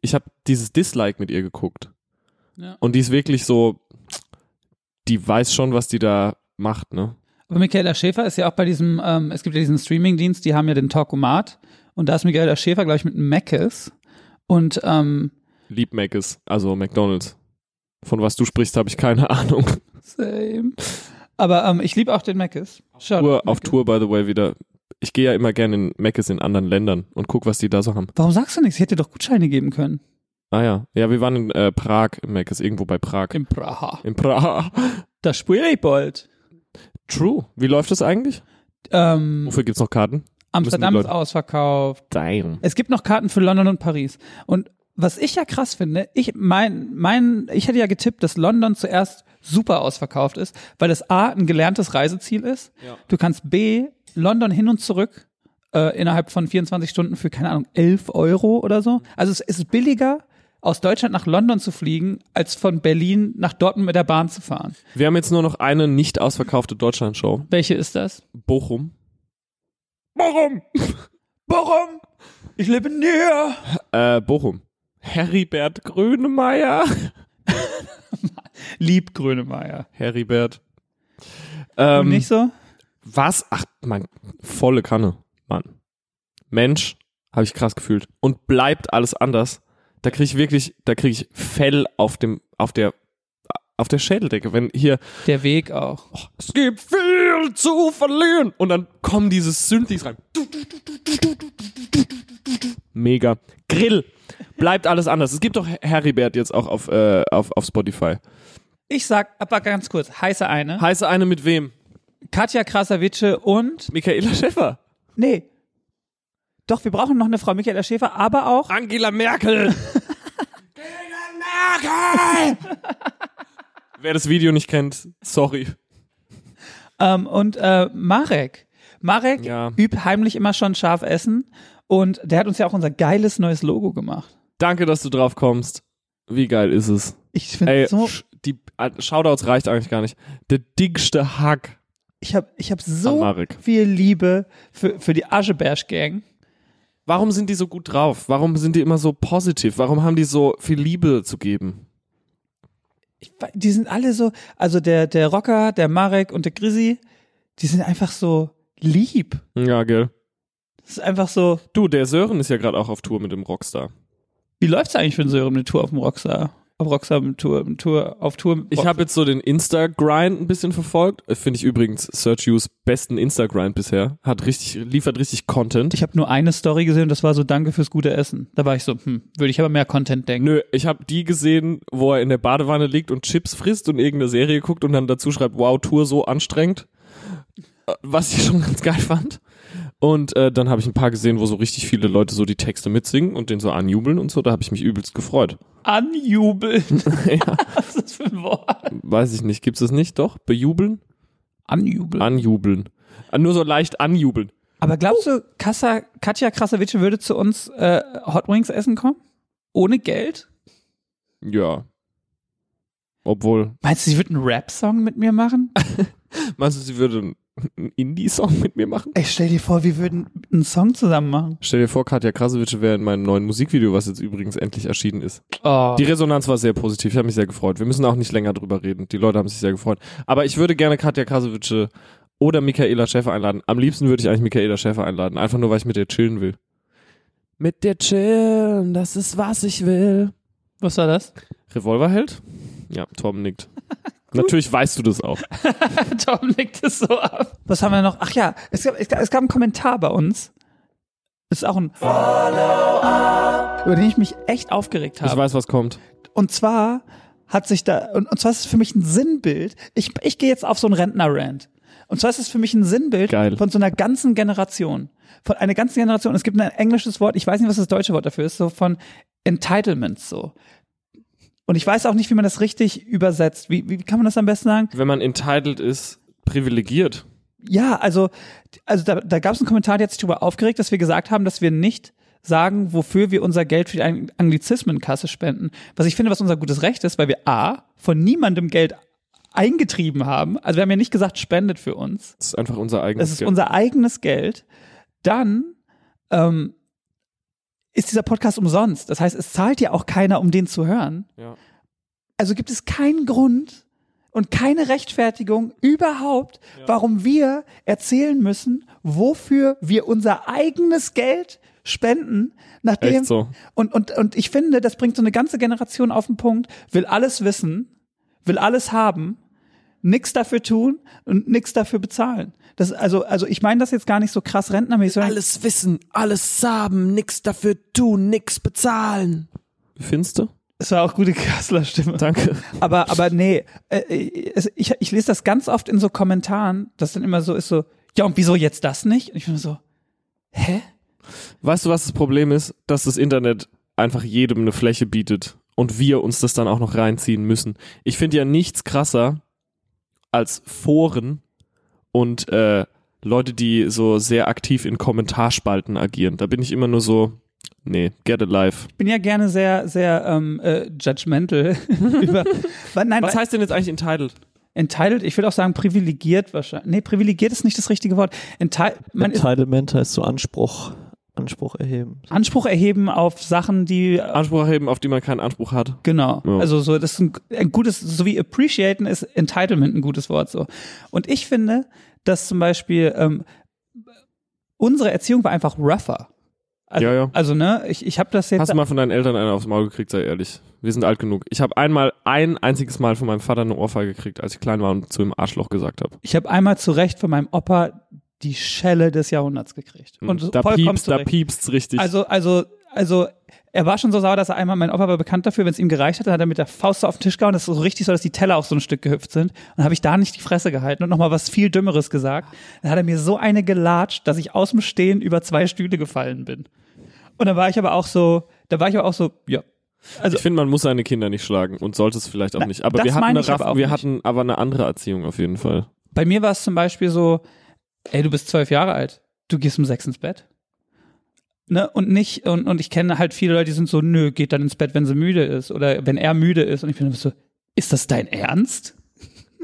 [SPEAKER 2] ich habe dieses Dislike mit ihr geguckt.
[SPEAKER 1] Ja.
[SPEAKER 2] Und die ist wirklich so, die weiß schon, was die da macht, ne?
[SPEAKER 1] Aber Michaela Schäfer ist ja auch bei diesem, ähm, es gibt ja diesen Streamingdienst, die haben ja den Talkomat. Und da ist Michaela Schäfer, glaube ich, mit einem Meckes. Und ähm,
[SPEAKER 2] Lieb Mac ist, also McDonalds. Von was du sprichst, habe ich keine Ahnung.
[SPEAKER 1] same. Aber ähm, ich liebe auch den Meckes. Schade.
[SPEAKER 2] Tour, auf Tour, by the way, wieder. Ich gehe ja immer gerne in Meckes in anderen Ländern und guck, was die da so haben.
[SPEAKER 1] Warum sagst du nichts? Ich hätte dir doch Gutscheine geben können.
[SPEAKER 2] Ah ja. Ja, wir waren in äh, Prag im Meckes, irgendwo bei Prag.
[SPEAKER 1] In Praha.
[SPEAKER 2] In Prag.
[SPEAKER 1] Das spiele ich bald.
[SPEAKER 2] True. Wie läuft das eigentlich?
[SPEAKER 1] Ähm,
[SPEAKER 2] Wofür gibt's noch Karten?
[SPEAKER 1] Amsterdam
[SPEAKER 2] müssen
[SPEAKER 1] ist
[SPEAKER 2] die
[SPEAKER 1] ausverkauft.
[SPEAKER 2] Damn.
[SPEAKER 1] Es gibt noch Karten für London und Paris. Und was ich ja krass finde, ich mein, mein, ich hätte ja getippt, dass London zuerst super ausverkauft ist, weil es A ein gelerntes Reiseziel ist.
[SPEAKER 2] Ja.
[SPEAKER 1] Du kannst B London hin und zurück äh, innerhalb von 24 Stunden für, keine Ahnung, 11 Euro oder so. Also es ist billiger, aus Deutschland nach London zu fliegen, als von Berlin nach Dortmund mit der Bahn zu fahren.
[SPEAKER 2] Wir haben jetzt nur noch eine nicht ausverkaufte Deutschlandshow.
[SPEAKER 1] Welche ist das?
[SPEAKER 2] Bochum.
[SPEAKER 1] Warum? Ich lebe näher.
[SPEAKER 2] Äh, Bochum. Heribert Grönemeyer.
[SPEAKER 1] Lieb Grönemeyer.
[SPEAKER 2] Heribert. Ähm,
[SPEAKER 1] Und nicht so?
[SPEAKER 2] Was? Ach, mein, volle Kanne, Mann. Mensch, habe ich krass gefühlt. Und bleibt alles anders. Da kriege ich wirklich, da kriege ich Fell auf dem, auf der, auf der Schädeldecke. Wenn hier,
[SPEAKER 1] Der Weg auch.
[SPEAKER 2] oh, es gibt viel zu verlieren. Und dann kommen diese Synthes rein. Mega. Grill. Bleibt alles anders. Es gibt doch Heribert jetzt auch auf, äh, auf, auf Spotify.
[SPEAKER 1] Ich sag aber ganz kurz, heiße eine.
[SPEAKER 2] Heiße eine mit wem?
[SPEAKER 1] Katja Krasavice und
[SPEAKER 2] Michaela Schäfer.
[SPEAKER 1] nee. Doch, wir brauchen noch eine Frau Michaela Schäfer, aber auch
[SPEAKER 2] Angela Merkel. Angela Merkel! Wer das Video nicht kennt, sorry.
[SPEAKER 1] ähm, und äh, Marek. Marek
[SPEAKER 2] Ja.
[SPEAKER 1] übt heimlich immer schon scharf essen und der hat uns ja auch unser geiles neues Logo gemacht.
[SPEAKER 2] Danke, dass du drauf kommst. Wie geil ist es?
[SPEAKER 1] Ich finde
[SPEAKER 2] Ey,
[SPEAKER 1] so,
[SPEAKER 2] sch- die äh, Shoutouts reicht eigentlich gar nicht. Der dickste Hack
[SPEAKER 1] ich habe ich hab
[SPEAKER 2] an
[SPEAKER 1] so
[SPEAKER 2] Marek.
[SPEAKER 1] viel Liebe für, für die Ascheberg Gang.
[SPEAKER 2] Warum sind die so gut drauf? Warum sind die immer so positiv? Warum haben die so viel Liebe zu geben?
[SPEAKER 1] Ich, wei- die sind alle so, also der der Rocker, der Marek und der Grisi, die sind einfach so lieb.
[SPEAKER 2] Ja, gell.
[SPEAKER 1] Das ist einfach so,
[SPEAKER 2] Du, der Sören ist ja gerade auch auf Tour mit dem Rockstar.
[SPEAKER 1] Wie läuft's eigentlich für den Sören mit Tour auf dem Rockstar? Auf Rockstar mit Tour, mit Tour, auf Tour.
[SPEAKER 2] Ich habe jetzt so den Insta-Grind ein bisschen verfolgt. Äh, Finde ich übrigens Search Use besten Insta-Grind bisher. Hat richtig, liefert richtig Content.
[SPEAKER 1] ich habe nur eine Story gesehen und das war so Danke fürs gute Essen. Da war ich so, hm, würde ich aber mehr Content denken.
[SPEAKER 2] Nö, ich habe die gesehen, wo er in der Badewanne liegt und Chips frisst und irgendeine Serie guckt und dann dazu schreibt, wow, Tour so anstrengend. Äh, Was ich schon ganz geil fand. Und äh, dann habe ich ein paar gesehen, wo so richtig viele Leute so die Texte mitsingen und den so anjubeln und so. Da habe ich mich übelst gefreut.
[SPEAKER 1] Anjubeln.
[SPEAKER 2] ja,
[SPEAKER 1] Was ist das für ein Wort?
[SPEAKER 2] weiß ich nicht. Gibt's es nicht? Doch? Bejubeln?
[SPEAKER 1] Anjubeln.
[SPEAKER 2] Anjubeln. Äh, Nur so leicht anjubeln.
[SPEAKER 1] aber glaubst du, Kassa, Katja Krasavice würde zu uns äh, Hot Wings essen kommen? Ohne Geld?
[SPEAKER 2] Ja. Obwohl.
[SPEAKER 1] Meinst du, sie würde einen Rap-Song mit mir machen?
[SPEAKER 2] Meinst du, sie würde einen Indie-Song mit mir machen?
[SPEAKER 1] Ich stell dir vor, wir würden einen Song zusammen machen.
[SPEAKER 2] Stell dir vor, Katja Krasowitsch wäre in meinem neuen Musikvideo, was jetzt übrigens endlich erschienen ist.
[SPEAKER 1] Oh.
[SPEAKER 2] Die Resonanz war sehr positiv, ich habe mich sehr gefreut. Wir müssen auch nicht länger drüber reden. Die Leute haben sich sehr gefreut. Aber ich würde gerne Katja Krasowitsch äh, oder Michaela Schäfer einladen. Am liebsten würde ich eigentlich Michaela Schäfer einladen, einfach nur, weil ich mit der chillen will. Mit der chillen, das ist was ich will.
[SPEAKER 1] Was war das?
[SPEAKER 2] Revolverheld? Ja, Tom nickt. Natürlich weißt du das auch.
[SPEAKER 1] Tom nickt es so ab. Was haben wir noch? Ach ja, es gab, es gab, es gab einen Kommentar bei uns. Ist auch ein über den ich mich echt aufgeregt
[SPEAKER 2] Ich
[SPEAKER 1] habe.
[SPEAKER 2] weiß, was kommt.
[SPEAKER 1] Und zwar hat sich da, und, und zwar ist es für mich ein Sinnbild. Ich, ich gehe jetzt auf so einen Rentner-Rant. Und zwar ist es für mich ein Sinnbild
[SPEAKER 2] Geil.
[SPEAKER 1] von so einer ganzen Generation. Von einer ganzen Generation. Es gibt ein englisches Wort, ich weiß nicht, was das deutsche Wort dafür ist, so von Entitlements so. Und ich weiß auch nicht, wie man das richtig übersetzt. Wie, wie kann man das am besten sagen?
[SPEAKER 2] wenn man entitled ist, privilegiert.
[SPEAKER 1] Ja, also, also da, da gab es einen Kommentar, der hat sich darüber aufgeregt, dass wir gesagt haben, dass wir nicht sagen, wofür wir unser Geld für die Ang- Anglizismenkasse spenden. Was ich finde, was unser gutes Recht ist, weil wir A, von niemandem Geld eingetrieben haben. Also wir haben ja nicht gesagt, spendet für uns.
[SPEAKER 2] Das ist einfach unser
[SPEAKER 1] Es
[SPEAKER 2] eigenes
[SPEAKER 1] ist
[SPEAKER 2] Geld.
[SPEAKER 1] unser eigenes Geld. Dann ähm, ist dieser Podcast umsonst. Das heißt, es zahlt ja auch keiner, um den zu hören.
[SPEAKER 2] ja.
[SPEAKER 1] Also gibt es keinen Grund und keine Rechtfertigung überhaupt, warum wir erzählen müssen, wofür wir unser eigenes Geld spenden, nachdem
[SPEAKER 2] Echt so.
[SPEAKER 1] und und und ich finde, das bringt so eine ganze Generation auf den Punkt, will alles wissen, will alles haben, nichts dafür tun und nichts dafür bezahlen. Das also also ich meine das jetzt gar nicht so krass rentnermäßig, sondern
[SPEAKER 3] Alles wissen, alles haben, nix dafür tun, nix bezahlen.
[SPEAKER 2] Findest du?
[SPEAKER 1] Es war auch gute Kassler Stimme.
[SPEAKER 2] Danke.
[SPEAKER 1] Aber, aber nee, äh, es- ich, ich lese das ganz oft in so Kommentaren, dass dann immer so ist so, ja und wieso jetzt das nicht? Und ich bin so, hä?
[SPEAKER 2] Weißt du, was das Problem ist? Dass das Internet einfach jedem eine Fläche bietet und wir uns das dann auch noch reinziehen müssen. Ich finde ja nichts krasser als Foren und äh, Leute, die so sehr aktiv in Kommentarspalten agieren. Da bin ich immer nur so, nee, get a life.
[SPEAKER 1] Ich bin ja gerne sehr, sehr ähm, äh, judgmental über, weil, nein,
[SPEAKER 2] Was
[SPEAKER 1] weil-
[SPEAKER 2] heißt denn jetzt eigentlich entitled?
[SPEAKER 1] entitled, ich würde auch sagen privilegiert wahrscheinlich. Nee, privilegiert ist nicht das richtige Wort. Enti man ist
[SPEAKER 5] Entitlement heißt so Anspruch, Anspruch erheben.
[SPEAKER 1] Anspruch erheben auf Sachen, die
[SPEAKER 2] Anspruch erheben, auf die man keinen Anspruch hat.
[SPEAKER 1] Genau.
[SPEAKER 2] Ja.
[SPEAKER 1] Also so, das ist ein, ein gutes, so wie appreciaten ist Entitlement ein gutes Wort so. Und ich finde, dass zum Beispiel ähm, unsere Erziehung war einfach rougher. Also,
[SPEAKER 2] Ja, ja.
[SPEAKER 1] also ne, ich, ich habe das jetzt.
[SPEAKER 2] Hast du mal von deinen Eltern einen aufs Maul gekriegt, sei ehrlich. Wir sind alt genug. Ich habe einmal, ein einziges Mal von meinem Vater eine Ohrfeige gekriegt, als ich klein war und zu ihm Arschloch gesagt habe.
[SPEAKER 1] ich habe einmal zu Recht von meinem Opa die Schelle des Jahrhunderts gekriegt. Und
[SPEAKER 2] Hm. da
[SPEAKER 1] vollkommen
[SPEAKER 2] piepst,
[SPEAKER 1] zu
[SPEAKER 2] da
[SPEAKER 1] Recht.
[SPEAKER 2] piepst richtig.
[SPEAKER 1] Also, also, also, er war schon so sauer, dass er einmal, mein Opa war bekannt dafür, wenn es ihm gereicht hat, dann hat er mit der Faust so auf den Tisch gehauen, das ist so richtig so, dass die Teller auf so ein Stück gehüpft sind. Und dann habe ich da nicht die Fresse gehalten und nochmal was viel Dümmeres gesagt. Dann hat er mir so eine gelatscht, dass ich aus dem Stehen über zwei Stühle gefallen bin. Und dann war ich aber auch so, da war ich aber auch so, ja. also-
[SPEAKER 2] ich finde, man muss seine Kinder nicht schlagen und sollte es vielleicht auch
[SPEAKER 1] Na,
[SPEAKER 2] nicht. Aber
[SPEAKER 1] das
[SPEAKER 2] wir, hatten
[SPEAKER 1] meine
[SPEAKER 2] eine
[SPEAKER 1] ich aber
[SPEAKER 2] Raff-
[SPEAKER 1] auch
[SPEAKER 2] wir
[SPEAKER 1] nicht.
[SPEAKER 2] hatten aber eine andere Erziehung auf jeden Fall.
[SPEAKER 1] Bei mir war es zum Beispiel so, ey, du bist zwölf Jahre alt, du gehst um sechs ins Bett. Ne? Und nicht, und, und ich kenne halt viele Leute, die sind so, nö, geht dann ins Bett, wenn sie müde ist oder wenn er müde ist. Und ich bin immer so, ist das dein Ernst?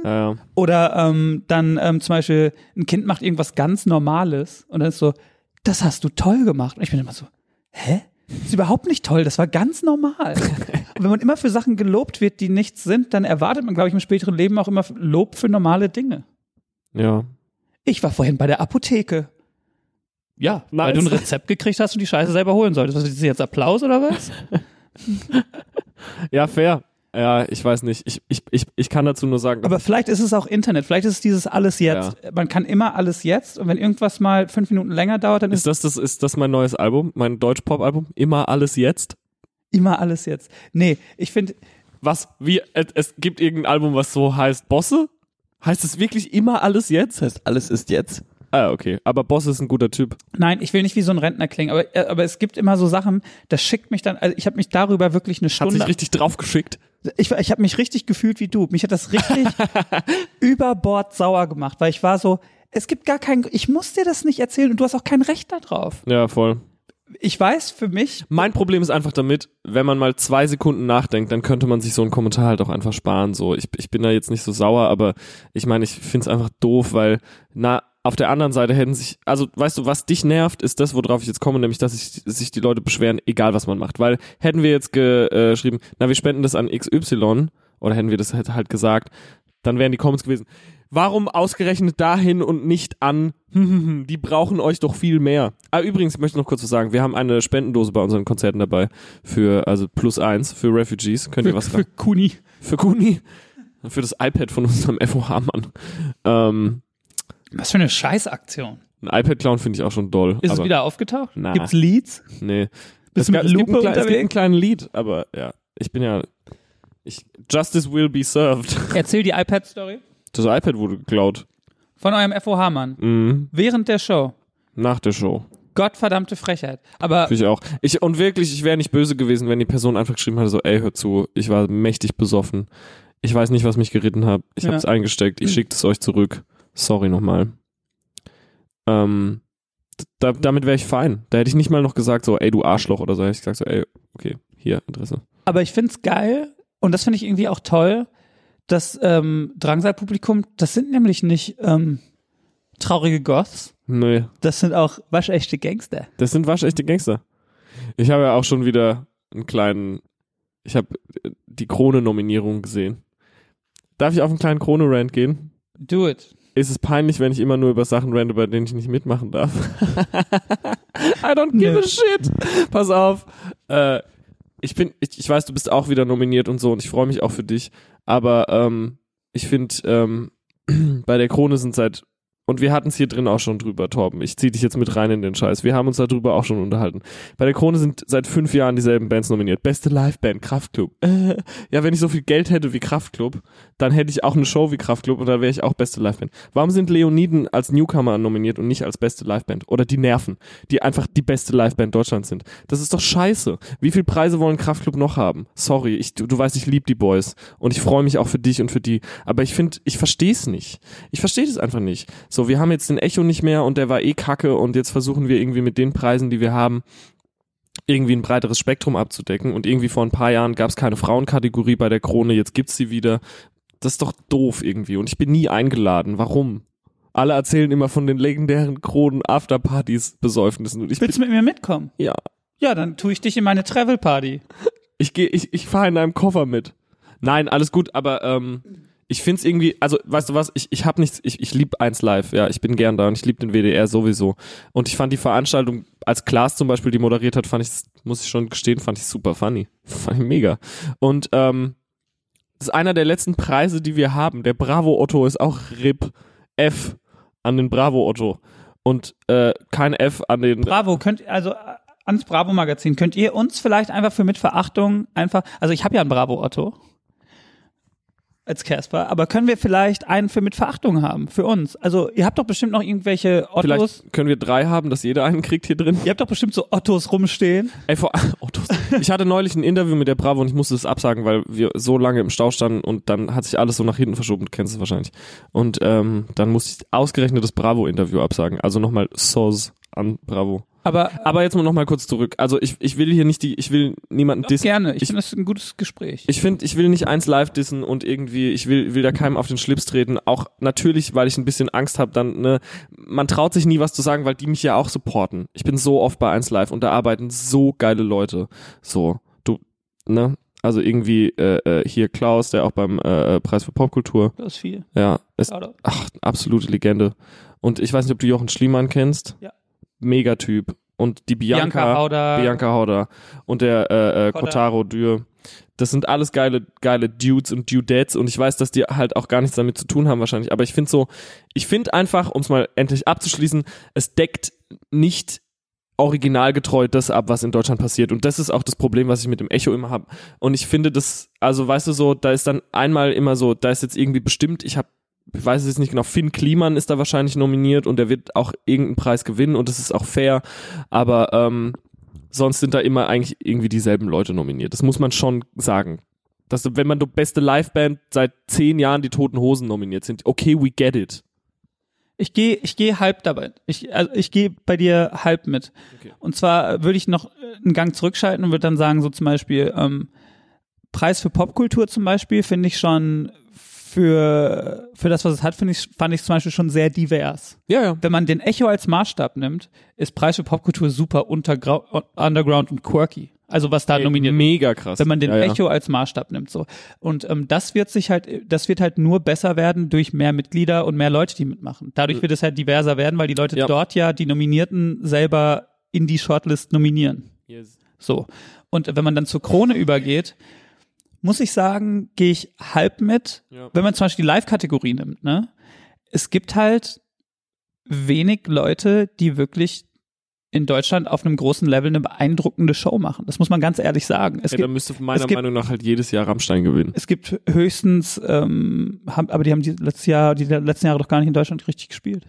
[SPEAKER 1] Hm.
[SPEAKER 2] Äh,
[SPEAKER 1] Oder ähm, dann ähm, zum Beispiel, ein Kind macht irgendwas ganz Normales und dann ist so, das hast du toll gemacht. Und ich bin immer so, hä? Das ist überhaupt nicht toll, das war ganz normal. und wenn man immer für Sachen gelobt wird, die nichts sind, dann erwartet man, glaube ich, im späteren Leben auch immer Lob für normale Dinge.
[SPEAKER 2] ja.
[SPEAKER 1] Ich war vorhin bei der Apotheke. Ja, weil
[SPEAKER 2] Nice.
[SPEAKER 1] du ein Rezept gekriegt hast und die Scheiße selber holen solltest. Was ist das jetzt Applaus oder was?
[SPEAKER 2] ja, fair. Ja, ich weiß nicht. Ich, ich, ich, ich kann dazu nur sagen,
[SPEAKER 1] Aber vielleicht ist es auch Internet, vielleicht ist es dieses alles jetzt. Man kann immer alles jetzt und wenn irgendwas mal fünf Minuten länger dauert, dann ist,
[SPEAKER 2] ist das, das, ist das mein neues Album, mein Deutsch-Pop-Album? Immer alles jetzt?
[SPEAKER 1] immer alles jetzt. Nee, ich finde,
[SPEAKER 2] Was? Wie? Es, es gibt irgendein Album, was so heißt Bosse? Heißt es wirklich immer alles jetzt?
[SPEAKER 5] Das heißt, alles ist jetzt.
[SPEAKER 2] Ah, okay. Aber Bosse ist ein guter Typ.
[SPEAKER 1] nein, ich will nicht wie so ein Rentner klingen, aber, äh, aber es gibt immer so Sachen, das schickt mich dann, also ich habe mich darüber wirklich eine
[SPEAKER 2] Hat
[SPEAKER 1] Stunde.
[SPEAKER 2] sich richtig draufgeschickt.
[SPEAKER 1] ich ich habe mich richtig gefühlt wie du. Mich hat das richtig über Bord sauer gemacht, weil ich war so, es gibt gar keinen, ich muss dir das nicht erzählen und du hast auch kein Recht darauf.
[SPEAKER 2] Ja, voll.
[SPEAKER 1] Ich weiß für mich,
[SPEAKER 2] Mein Problem ist einfach damit, wenn man mal zwei Sekunden nachdenkt, dann könnte man sich so einen Kommentar halt auch einfach sparen. So, ich, ich bin da jetzt nicht so sauer, aber ich meine, ich finde es einfach doof, weil, na, auf der anderen Seite hätten sich, also weißt du, was dich nervt, ist das, worauf ich jetzt komme, nämlich, dass sich- sich die Leute beschweren, egal was man macht. Weil hätten wir jetzt ge- äh, geschrieben, na, wir spenden das an XY, oder hätten wir das halt, halt gesagt, dann wären die Comments gewesen. Warum ausgerechnet dahin und nicht an? Die brauchen euch doch viel mehr. Ah, übrigens, ich möchte noch kurz was sagen. Wir haben eine Spendendose bei unseren Konzerten dabei. Für, also plus eins, für Refugees. Könnt ihr was
[SPEAKER 1] für Kuni,
[SPEAKER 2] Für Kuni. Für das iPad von unserem FOH-Mann. Ähm,
[SPEAKER 1] was für eine Scheißaktion.
[SPEAKER 2] ein iPad klauen finde ich auch schon doll.
[SPEAKER 1] Ist
[SPEAKER 2] aber,
[SPEAKER 1] es wieder aufgetaucht?
[SPEAKER 2] Na.
[SPEAKER 1] Gibt's Leads?
[SPEAKER 2] Nee.
[SPEAKER 1] Bist du
[SPEAKER 2] es, ga-
[SPEAKER 1] mit
[SPEAKER 2] es, gibt
[SPEAKER 1] Lupe
[SPEAKER 2] ein, klein- es gibt
[SPEAKER 1] unterwegs?
[SPEAKER 2] ein kleines Lied, aber ja. Ich bin ja. Ich, Justice will be served.
[SPEAKER 1] Erzähl die iPad-Story
[SPEAKER 2] Das iPad wurde geklaut.
[SPEAKER 1] von eurem FOH-Mann
[SPEAKER 2] Mhm.
[SPEAKER 1] während der Show.
[SPEAKER 2] Nach der Show.
[SPEAKER 1] Gottverdammte Frechheit. Aber
[SPEAKER 2] Ich auch. Ich, und wirklich, ich wäre nicht böse gewesen, wenn die Person einfach geschrieben hätte, so, ey, hör zu, ich war mächtig besoffen. Ich weiß nicht, was mich geritten hat. Ich
[SPEAKER 1] Ja.
[SPEAKER 2] hab's eingesteckt. Ich schicke es euch zurück. Sorry nochmal. Ähm, d- da, damit wäre ich fein. Da hätte ich nicht mal noch gesagt, so, ey, du Arschloch oder so. Hätte ich gesagt, so, ey, okay, hier, Adresse.
[SPEAKER 1] Aber ich find's geil und das finde ich irgendwie auch toll, das ähm, Drangsal-Publikum, das sind nämlich nicht ähm, traurige Goths,
[SPEAKER 2] Nee,
[SPEAKER 1] das sind auch waschechte Gangster.
[SPEAKER 2] das sind waschechte Gangster. Ich habe ja auch schon wieder einen kleinen, ich habe äh, die Krone-Nominierung gesehen. Darf ich auf einen kleinen Krone-Rant gehen?
[SPEAKER 1] Do it.
[SPEAKER 2] ist es peinlich, wenn ich immer nur über Sachen rente, bei denen ich nicht mitmachen darf. I don't give
[SPEAKER 1] Nö.
[SPEAKER 2] a shit. Pass auf. Äh, ich bin, ich, ich weiß, du bist auch wieder nominiert und so und ich freue mich auch für dich. Aber ähm, ich finde, ähm, bei der Krone sind seit Und wir hatten es hier drin auch schon drüber, Torben. Ich zieh dich jetzt mit rein in den Scheiß. Wir haben uns darüber auch schon unterhalten. Bei der Krone sind seit fünf Jahren dieselben Bands nominiert. Beste Liveband, Kraftklub. Äh, ja, wenn ich so viel Geld hätte wie Kraftklub, dann hätte ich auch eine Show wie Kraftklub und dann wäre ich auch beste Liveband. Warum sind Leoniden als Newcomer nominiert und nicht als beste Liveband? Oder die Nerven, die einfach die beste Liveband Deutschlands sind. Das ist doch scheiße. Wie viel Preise wollen Kraftklub noch haben? Sorry, ich, du, du weißt, ich liebe die Boys und ich freue mich auch für dich und für die. Aber ich finde, ich verstehe es nicht. Ich verstehe es einfach nicht. So, wir haben jetzt den Echo nicht mehr und der war eh kacke und jetzt versuchen wir irgendwie mit den Preisen, die wir haben, irgendwie ein breiteres Spektrum abzudecken. Und irgendwie vor ein paar Jahren gab es keine Frauenkategorie bei der Krone, jetzt gibt's sie wieder. Das ist doch doof irgendwie. Und ich bin nie eingeladen. Warum? Alle erzählen immer von den legendären Kronen, Afterpartys, Besäufnissen. Und ich bin,
[SPEAKER 1] Willst du mit mir mitkommen?
[SPEAKER 2] ja,
[SPEAKER 1] Ja, dann tue ich dich in meine Travel Party.
[SPEAKER 2] ich gehe, ich, ich fahre in einem Koffer mit. Nein, alles gut, aber ähm, ich find's irgendwie, also weißt du was, ich, ich habe nichts, ich, ich lieb eins live, ja, ich bin gern da und ich lieb den WDR sowieso. Und ich fand die Veranstaltung, als Klaas zum Beispiel die moderiert hat, fand ich, muss ich schon gestehen, fand ich super funny. Fand ich mega. Und ähm, das ist einer der letzten Preise, die wir haben. Der Bravo Otto ist auch RIP F an den Bravo Otto. Und äh, kein F an den
[SPEAKER 1] Bravo, könnt also äh, ans Bravo Magazin könnt ihr uns vielleicht einfach für Mitverachtung einfach, also ich habe ja ein Bravo Otto als Casper, aber können wir vielleicht einen für Mitverachtung haben für uns? Also ihr habt doch bestimmt noch irgendwelche Ottos,
[SPEAKER 2] Vielleicht können wir drei haben, dass jeder einen kriegt hier drin.
[SPEAKER 1] ihr habt doch bestimmt so Ottos rumstehen.
[SPEAKER 2] Ey, vor, Autos. Ich hatte neulich ein Interview mit der Bravo und ich musste es absagen, weil wir so lange im Stau standen und dann hat sich alles so nach hinten verschoben, du kennst es wahrscheinlich. Und ähm, dann musste ich ausgerechnet das Bravo-Interview absagen. Also nochmal Soz an Bravo.
[SPEAKER 1] Aber äh,
[SPEAKER 2] Aber jetzt mal nochmal kurz zurück. Also ich, ich will hier nicht die, ich will niemanden
[SPEAKER 1] Dis
[SPEAKER 2] dissen.
[SPEAKER 1] gerne, ich,
[SPEAKER 2] ich-
[SPEAKER 1] finde das ein gutes Gespräch.
[SPEAKER 2] Ich finde, ich will nicht eins live dissen und irgendwie, ich will, will da keinem auf den Schlips treten. Auch natürlich, weil ich ein bisschen Angst habe, dann, ne, man traut sich nie was zu sagen, weil die mich ja auch supporten. Ich bin so oft bei eins live und da arbeiten so geile Leute. So, du, ne? Also irgendwie äh, äh, hier Klaus, der auch beim äh, äh, Preis für Popkultur,
[SPEAKER 1] das ist viel.
[SPEAKER 2] ja, ist
[SPEAKER 1] Oder?
[SPEAKER 2] ach, absolute Legende. Und ich weiß nicht, ob du Jochen Schliemann kennst.
[SPEAKER 1] Ja.
[SPEAKER 2] Megatyp. Und die
[SPEAKER 1] Bianca Hauder.
[SPEAKER 2] Bianca Hauder und der äh, äh,
[SPEAKER 1] Hodder.
[SPEAKER 2] Kotaro Dürr. Das sind alles geile, geile Dudes und Dudettes und ich weiß, dass die halt auch gar nichts damit zu tun haben wahrscheinlich. Aber ich finde so, ich finde einfach, um es mal endlich abzuschließen, es deckt nicht originalgetreu das ab, was in Deutschland passiert. Und das ist auch das Problem, was ich mit dem Echo immer habe. Und ich finde das, also weißt du so, da ist dann einmal immer so, da ist jetzt irgendwie bestimmt, ich habe ich weiß es jetzt nicht genau, Finn Kliman ist da wahrscheinlich nominiert und der wird auch irgendeinen Preis gewinnen und das ist auch fair, aber ähm, sonst sind da immer eigentlich irgendwie dieselben Leute nominiert. Das muss man schon sagen. Dass, du- wenn man die beste Liveband seit zehn Jahren die Toten Hosen nominiert sind, okay, we get it.
[SPEAKER 1] Ich gehe ich gehe halb dabei. Ich, also ich gehe bei dir halb mit.
[SPEAKER 2] Okay.
[SPEAKER 1] Und zwar äh, würde ich noch äh, einen Gang zurückschalten und würde dann sagen, so zum Beispiel, ähm, Preis für Popkultur zum Beispiel finde ich schon für, für das, was es hat, finde ich, fand ich zum Beispiel schon sehr divers.
[SPEAKER 2] Ja, ja.
[SPEAKER 1] Wenn man den Echo als Maßstab nimmt, ist Preis für Popkultur super untergrau- underground und quirky. Also was da nominiert
[SPEAKER 2] Mega krass.
[SPEAKER 1] wenn man den
[SPEAKER 2] ja, ja.
[SPEAKER 1] Echo als Maßstab nimmt so und ähm, das wird sich halt das wird halt nur besser werden durch mehr Mitglieder und mehr Leute die mitmachen dadurch wird es halt diverser werden weil die Leute
[SPEAKER 2] Äh. Ja.
[SPEAKER 1] dort ja die Nominierten selber in die Shortlist nominieren so und wenn man dann zur Krone übergeht muss ich sagen gehe ich halb mit
[SPEAKER 2] Ja.
[SPEAKER 1] wenn man zum Beispiel die Live-Kategorie nimmt ne es gibt halt wenig Leute die wirklich in Deutschland auf einem großen Level eine beeindruckende Show machen. Das muss man ganz ehrlich sagen. Es
[SPEAKER 2] Ja,
[SPEAKER 1] gibt-
[SPEAKER 2] dann müsste meiner
[SPEAKER 1] es gibt-
[SPEAKER 2] Meinung nach halt jedes Jahr Rammstein gewinnen.
[SPEAKER 1] es gibt höchstens, ähm, haben, aber die haben die letztes Jahr, die letzten Jahre doch gar nicht in Deutschland richtig gespielt.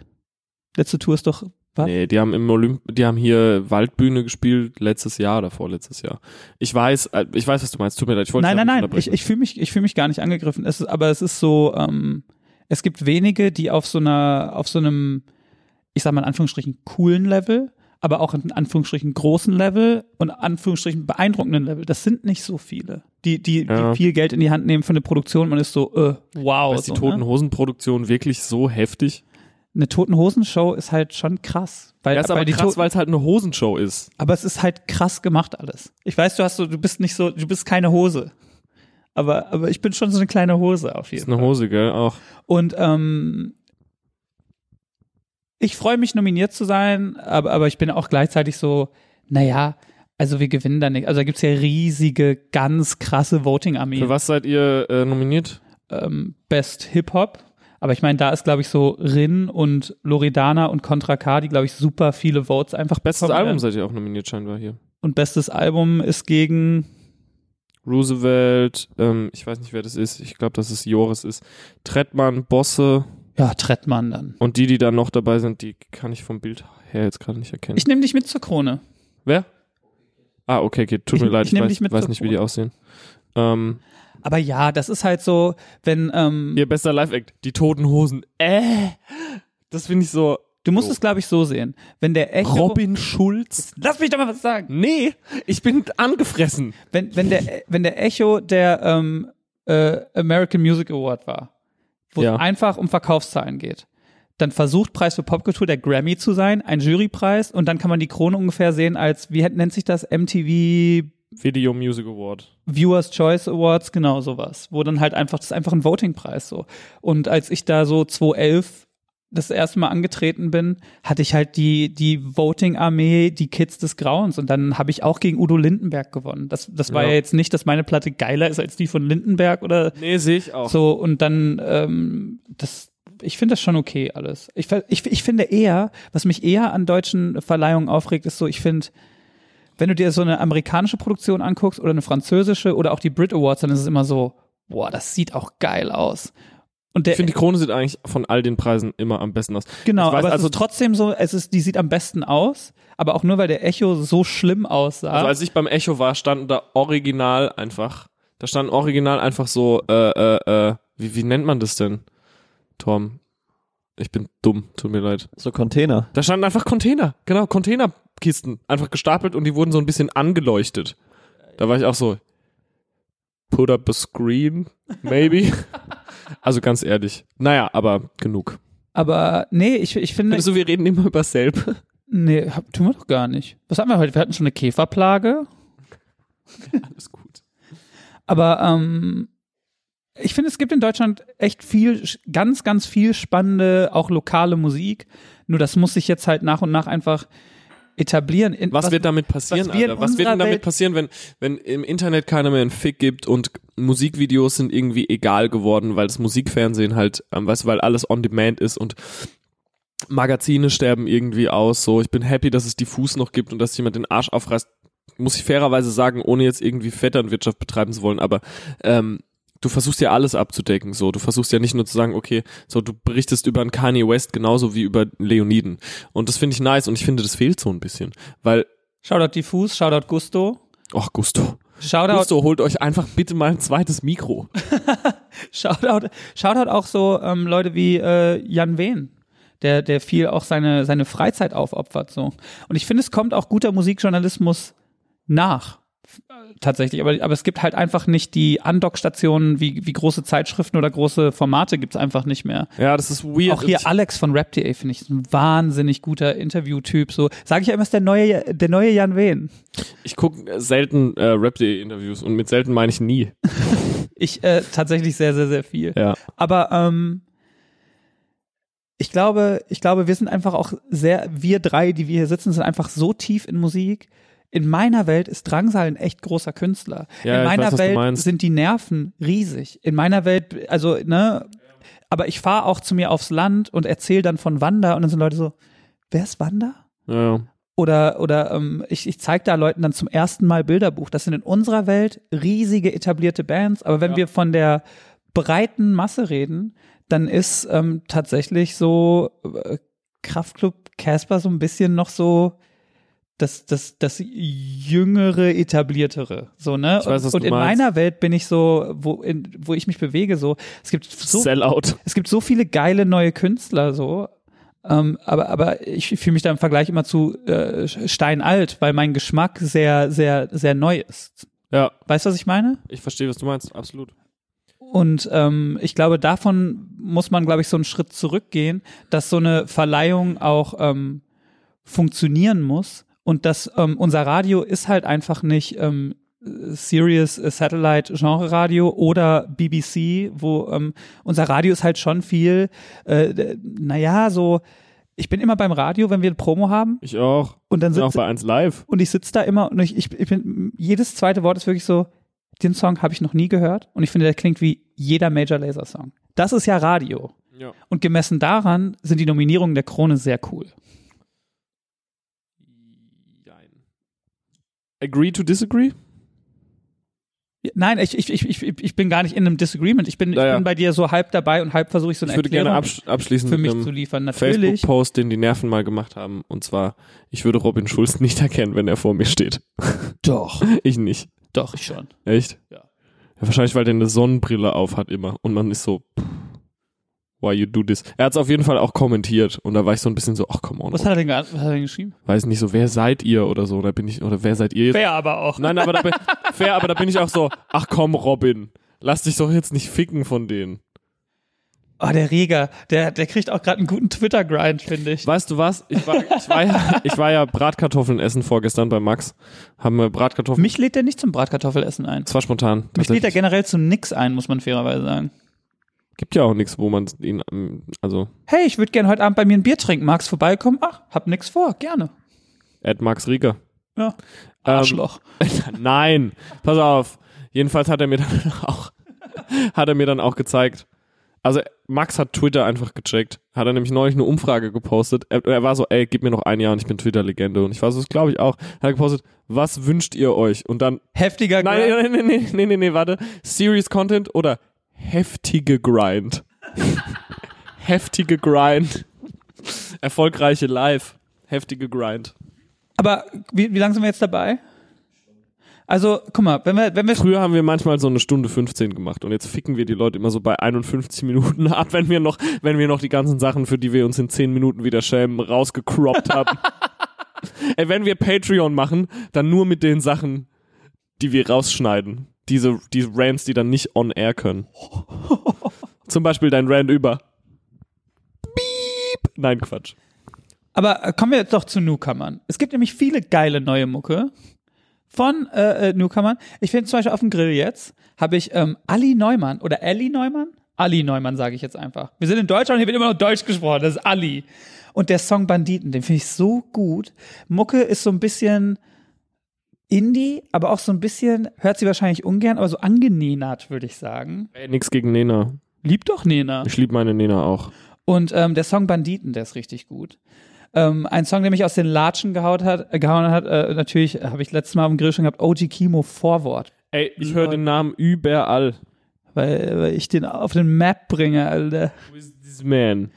[SPEAKER 1] Letzte Tour ist doch, was?
[SPEAKER 2] Nee, die haben im Olymp, die haben hier Waldbühne gespielt letztes Jahr oder vorletztes Jahr. Ich weiß, äh, ich weiß, was du meinst. Tut mir leid, ich wollte
[SPEAKER 1] nein, nein,
[SPEAKER 2] dich nicht
[SPEAKER 1] nein. Ich,
[SPEAKER 2] unterbrechen.
[SPEAKER 1] ich fühle mich, ich fühle mich gar nicht angegriffen. Es ist, aber es ist so, ähm, es gibt wenige, die auf so einer, auf so einem, ich sag mal in Anführungsstrichen coolen Level, aber auch in Anführungsstrichen großen Level und Anführungsstrichen beeindruckenden Level. Das sind nicht so viele, die, die,
[SPEAKER 2] Ja.
[SPEAKER 1] die viel Geld in die Hand nehmen für eine Produktion. Man ist so, äh, wow.
[SPEAKER 2] Aber ist die
[SPEAKER 1] so,
[SPEAKER 2] Toten
[SPEAKER 1] ne?
[SPEAKER 2] Hosen Produktion wirklich so heftig?
[SPEAKER 1] Eine Toten Hosen Show ist halt schon krass, weil,
[SPEAKER 2] Ja, ist aber
[SPEAKER 1] weil die
[SPEAKER 2] krass,
[SPEAKER 1] Toten-
[SPEAKER 2] weil es halt eine Hosenshow ist.
[SPEAKER 1] Aber es ist halt krass gemacht alles. Ich weiß, du hast so, du bist nicht so, du bist keine Hose. Aber, aber ich bin schon so eine kleine Hose auf jeden
[SPEAKER 2] Ist
[SPEAKER 1] Fall.
[SPEAKER 2] eine Hose, gell? Auch.
[SPEAKER 1] Und ähm, ich freue mich, nominiert zu sein, aber, aber ich bin auch gleichzeitig so, naja, also wir gewinnen da nicht. Also da gibt's ja riesige, ganz krasse
[SPEAKER 2] Für
[SPEAKER 1] Voting-Armee.
[SPEAKER 2] was seid ihr äh, nominiert?
[SPEAKER 1] Ähm, Best Hip-Hop, Aber ich meine, da ist, glaube ich, so Rin und Loredana und Contra K, die, glaube ich, super viele Votes einfach
[SPEAKER 2] Bestes
[SPEAKER 1] bekommen
[SPEAKER 2] Album
[SPEAKER 1] werden.
[SPEAKER 2] seid ihr auch nominiert scheinbar hier.
[SPEAKER 1] Und bestes Album ist gegen
[SPEAKER 2] Roosevelt, ähm, ich weiß nicht, wer das ist. Ich glaube, dass es Joris ist. Trettmann, Bosse
[SPEAKER 1] Ja, Trettmann dann.
[SPEAKER 2] und die, die da noch dabei sind, die kann ich vom Bild her jetzt gerade nicht erkennen.
[SPEAKER 1] Ich nehme dich mit zur Krone.
[SPEAKER 2] wer? Ah, okay, geht. Tut
[SPEAKER 1] Ich-
[SPEAKER 2] mir leid,
[SPEAKER 1] ich
[SPEAKER 2] ich,
[SPEAKER 1] nehm
[SPEAKER 2] weiß,
[SPEAKER 1] dich mit
[SPEAKER 2] weiß
[SPEAKER 1] zur
[SPEAKER 2] nicht, wie die aussehen. Ähm,
[SPEAKER 1] Aber ja, das ist halt so, wenn ähm,
[SPEAKER 2] ihr bester Live-Act, die Toten Hosen. Äh, das finde ich so.
[SPEAKER 1] du musst es glaube ich so sehen, wenn der echte
[SPEAKER 2] Robin Schulz?
[SPEAKER 1] Lass mich doch mal was sagen.
[SPEAKER 2] Nee, ich bin angefressen.
[SPEAKER 1] Wenn wenn der wenn der Echo der ähm, äh, American Music Award war, wo
[SPEAKER 2] Ja.
[SPEAKER 1] es einfach um Verkaufszahlen geht. Dann versucht Preis für Popkultur der Grammy zu sein, ein Jurypreis und dann kann man die Krone ungefähr sehen als wie nennt sich das MTV
[SPEAKER 2] Video Music Award.
[SPEAKER 1] Viewers Choice Awards, genau sowas, wo dann halt einfach, das ist einfach ein Voting-Preis so. Und als ich da so 2011 das erste Mal angetreten bin, hatte ich halt die, die Voting-Armee, die Kids des Grauens und dann habe ich auch gegen Udo Lindenberg gewonnen. Das, das war
[SPEAKER 2] Ja.
[SPEAKER 1] ja. jetzt nicht, dass meine Platte geiler ist als die von Lindenberg oder
[SPEAKER 2] Nee, sehe ich auch.
[SPEAKER 1] so und dann, ähm, das, ich finde das schon okay alles. Ich, ver- ich, ich finde eher, was mich eher an deutschen Verleihungen aufregt, ist so, ich finde, wenn du dir so eine amerikanische Produktion anguckst oder eine französische oder auch die Brit Awards, dann ist es immer so, boah, das sieht auch geil aus. Und der,
[SPEAKER 2] Ich finde, die Krone sieht eigentlich von all den Preisen immer am besten aus.
[SPEAKER 1] genau,
[SPEAKER 2] ich weiß,
[SPEAKER 1] aber es
[SPEAKER 2] also-
[SPEAKER 1] ist trotzdem so, es ist, die sieht am besten aus, aber auch nur, weil der Echo so schlimm aussah.
[SPEAKER 2] Also als ich beim Echo war, standen da original einfach, da standen original einfach so, äh, äh, äh, wie, wie nennt man das denn, Tom? Ich bin dumm, tut mir leid.
[SPEAKER 5] So Container.
[SPEAKER 2] Da standen einfach Container, genau, Containerkisten, einfach gestapelt und die wurden so ein bisschen angeleuchtet. Da war ich auch so, put up a screen, maybe. also ganz ehrlich. Naja, aber genug.
[SPEAKER 1] aber nee, ich, ich finde.
[SPEAKER 2] Findest du, Also wir reden immer über dasselbe?
[SPEAKER 1] Nee, hab, tun wir doch gar nicht. Was haben wir heute? Wir hatten schon eine Käferplage.
[SPEAKER 2] Alles gut.
[SPEAKER 1] Aber ähm, ich finde, es gibt in Deutschland echt viel, ganz, ganz viel spannende, auch lokale Musik. Nur das muss sich jetzt halt nach und nach einfach etablieren. In,
[SPEAKER 2] Was, wird damit passieren,
[SPEAKER 1] was wir in
[SPEAKER 2] Alter? Was wird
[SPEAKER 1] unserer
[SPEAKER 2] denn damit
[SPEAKER 1] Welt-
[SPEAKER 2] passieren, wenn, wenn im Internet keiner mehr einen Fick gibt und Musikvideos sind irgendwie egal geworden, weil das Musikfernsehen halt, ähm, weißt du, weil alles on demand ist und Magazine sterben irgendwie aus, so. Ich bin happy, dass es diffus noch gibt und dass jemand den Arsch aufreißt. Muss ich fairerweise sagen, ohne jetzt irgendwie Vetternwirtschaft betreiben zu wollen, aber, ähm, Du versuchst ja alles abzudecken, so. Du versuchst ja nicht nur zu sagen, okay, so, du berichtest über einen Kanye West genauso wie über Leoniden. Und das finde ich nice und ich finde, das fehlt so ein bisschen. Weil
[SPEAKER 1] Shoutout Diffus, Shoutout Gusto.
[SPEAKER 2] Ach, Gusto.
[SPEAKER 1] Shoutout,
[SPEAKER 2] Gusto, holt euch einfach bitte mal ein zweites Mikro.
[SPEAKER 1] Shoutout, Shoutout auch so ähm, Leute wie äh, Jan Wehn, der, der viel auch seine, seine Freizeit aufopfert. So. Und ich finde, es kommt auch guter Musikjournalismus nach. f- äh, Tatsächlich, aber, aber es gibt halt einfach nicht die Andockstationen wie, wie große Zeitschriften oder große Formate gibt's einfach nicht mehr.
[SPEAKER 2] Ja, das ist weird.
[SPEAKER 1] Auch hier
[SPEAKER 2] Ich-
[SPEAKER 1] Alex von Rap.de finde ich ist ein wahnsinnig guter Interviewtyp. So sage ich ja immer, ist der neue, der neue Jan Wehn.
[SPEAKER 2] Ich gucke selten äh, Rap.de-Interviews und mit selten meine ich nie.
[SPEAKER 1] Ich äh, tatsächlich sehr, sehr, sehr viel.
[SPEAKER 2] Ja.
[SPEAKER 1] Aber ähm, ich glaube, ich glaube, wir sind einfach auch sehr, wir drei, die wir hier sitzen, sind einfach so tief in Musik. In meiner Welt ist Drangsal ein echt großer Künstler.
[SPEAKER 2] Ja,
[SPEAKER 1] in
[SPEAKER 2] ich
[SPEAKER 1] meiner
[SPEAKER 2] weiß, was du
[SPEAKER 1] Welt
[SPEAKER 2] meinst.
[SPEAKER 1] sind die Nerven riesig. In meiner Welt, also, ne, aber ich fahre auch zu mir aufs Land und erzähle dann von Wanda und dann sind Leute so, wer ist Wanda?
[SPEAKER 2] Ja.
[SPEAKER 1] Oder, oder ähm, ich, ich zeige da Leuten dann zum ersten Mal Bilderbuch. Das sind in unserer Welt riesige etablierte Bands, aber wenn wir von der breiten Masse reden, dann ist ähm, tatsächlich so äh, Kraftclub Casper so ein bisschen noch so das, das, das jüngere, etabliertere. So, ne?
[SPEAKER 2] Ich weiß, was
[SPEAKER 1] und
[SPEAKER 2] du
[SPEAKER 1] in
[SPEAKER 2] meinst.
[SPEAKER 1] meiner Welt bin ich so, wo, in, wo ich mich bewege, so, es gibt so
[SPEAKER 2] Sellout.
[SPEAKER 1] es gibt so viele geile neue Künstler so. Ähm, aber, aber ich fühle mich da im Vergleich immer zu äh, steinalt, weil mein Geschmack sehr, sehr, sehr neu ist.
[SPEAKER 2] Ja,
[SPEAKER 1] Weißt du, was ich meine?
[SPEAKER 2] ich verstehe, was du meinst. Absolut.
[SPEAKER 1] Und ähm, ich glaube, davon muss man, glaube ich, so einen Schritt zurückgehen, dass so eine Verleihung auch ähm, funktionieren muss und dass ähm, unser Radio ist halt einfach nicht ähm, Serious Satellite Genre Radio oder BBC, wo ähm, unser Radio ist halt schon viel, äh, naja, so, ich bin immer beim Radio, wenn wir eine Promo haben
[SPEAKER 2] Ich auch.
[SPEAKER 1] und dann
[SPEAKER 2] Bin auch
[SPEAKER 1] sitze
[SPEAKER 2] bei 1 Live.
[SPEAKER 1] und ich sitze da immer und ich, ich, ich bin, jedes zweite Wort ist wirklich so, den Song habe ich noch nie gehört und ich finde, der klingt wie jeder Major Laser Song. Das ist ja Radio.
[SPEAKER 2] Ja.
[SPEAKER 1] Und gemessen daran sind die Nominierungen der Krone sehr cool.
[SPEAKER 2] Jein. Agree to disagree?
[SPEAKER 1] Ja, Nein, ich, ich, ich, ich, ich bin gar nicht in einem Disagreement. Ich bin,
[SPEAKER 2] Naja.
[SPEAKER 1] ich bin bei dir so halb dabei und halb versuche ich so eine
[SPEAKER 2] ich würde gerne
[SPEAKER 1] Erklärung
[SPEAKER 2] absch abschließen
[SPEAKER 1] für
[SPEAKER 2] mit
[SPEAKER 1] mich
[SPEAKER 2] einem
[SPEAKER 1] zu liefern. Natürlich.
[SPEAKER 2] Facebook-Post, den die Nerven mal gemacht haben. Und zwar, ich würde Robin Schulz nicht erkennen, wenn er vor mir steht.
[SPEAKER 1] Doch,
[SPEAKER 2] Ich nicht.
[SPEAKER 1] doch, ich schon.
[SPEAKER 2] Echt?
[SPEAKER 1] Ja.
[SPEAKER 2] Ja, wahrscheinlich, weil der eine Sonnenbrille auf hat immer. Und man ist so, pff, why you do this? Er hat es auf jeden Fall auch kommentiert. Und da war ich so ein bisschen so, ach, come on. oh.
[SPEAKER 1] Was hat er denn, geant- was hat er denn geschrieben?
[SPEAKER 2] Weiß nicht so, wer seid ihr oder so. Da bin ich, oder wer seid ihr jetzt?
[SPEAKER 1] Fair aber auch.
[SPEAKER 2] Nein, aber da bin, fair, aber da bin ich auch so, ach komm, Robin. Lass dich doch jetzt nicht ficken von denen.
[SPEAKER 1] Oh, der Reger, der, der kriegt auch gerade einen guten Twitter-Grind, finde ich.
[SPEAKER 2] Weißt du was? Ich war, ich war, ja, ich war ja Bratkartoffeln essen vorgestern bei Max. Haben wir Bratkartoffeln.
[SPEAKER 1] Mich lädt er nicht zum Bratkartoffelessen ein.
[SPEAKER 2] Das war spontan.
[SPEAKER 1] Mich lädt er
[SPEAKER 2] tatsächlich.
[SPEAKER 1] generell zu nix ein, muss man fairerweise sagen.
[SPEAKER 2] Gibt ja auch nichts, wo man ihn, ähm, also,
[SPEAKER 1] Hey, ich würde gerne heute Abend bei mir ein Bier trinken. Magst vorbeikommen? Ach, hab nix vor, gerne.
[SPEAKER 2] at Max Rieger.
[SPEAKER 1] Ja.
[SPEAKER 2] Ähm,
[SPEAKER 1] Arschloch.
[SPEAKER 2] Nein, pass auf. Jedenfalls hat er mir dann auch, hat er mir dann auch gezeigt. Also Max hat Twitter einfach gecheckt. Hat er nämlich neulich eine Umfrage gepostet. Er, er war so, ey, gib mir noch ein Jahr und ich bin Twitter-Legende. Und ich war so, das glaube ich auch. Hat er gepostet, was wünscht ihr euch? Und dann,
[SPEAKER 1] Heftiger
[SPEAKER 2] nein, äh,
[SPEAKER 1] Grind.
[SPEAKER 2] nein, nein, nein, nein, nein, nein, warte. Serious Content oder heftige Grind? heftige Grind. Erfolgreiche Live. Heftige Grind.
[SPEAKER 1] Aber wie, wie lange sind wir jetzt dabei? Also, guck mal, wenn wir, wenn wir
[SPEAKER 2] Früher haben wir manchmal so eine Stunde 15 gemacht und jetzt ficken wir die Leute immer so bei 51 Minuten ab, wenn wir noch, wenn wir noch die ganzen Sachen, für die wir uns in 10 Minuten wieder schämen, rausgecroppt haben. Ey, wenn wir Patreon machen, dann nur mit den Sachen, die wir rausschneiden. Diese, diese Rants, die dann nicht on air können. Zum Beispiel dein Rant über. Beep. Nein, Quatsch.
[SPEAKER 1] Aber äh, kommen wir jetzt doch zu Newcomern. Es gibt nämlich viele geile neue Mucke von äh, äh, Newcomern. Ich finde zum Beispiel auf dem Grill jetzt habe ich ähm, Ali Neumann oder Ali Neumann? Ali Neumann sage ich jetzt einfach. Wir sind in Deutschland, hier wird immer noch Deutsch gesprochen, das ist Ali. Und der Song Banditen, den finde ich so gut. Mucke ist so ein bisschen Indie, aber auch so ein bisschen, hört sie wahrscheinlich ungern, aber so angenähnert, würde ich sagen.
[SPEAKER 2] Ey, nix gegen Nena.
[SPEAKER 1] Liebt doch Nena.
[SPEAKER 2] Ich liebe meine Nena auch.
[SPEAKER 1] Und ähm, der Song Banditen, der ist richtig gut. Ähm, ein Song, der mich aus den Latschen gehaut hat, äh, gehauen hat, äh, natürlich äh, habe ich letztes Mal im Grill schon gehabt, OG Kimo Vorwort.
[SPEAKER 2] Ey, ich höre den Namen überall.
[SPEAKER 1] Weil, weil ich den auf den Map bringe, Alter.
[SPEAKER 2] Who is this man?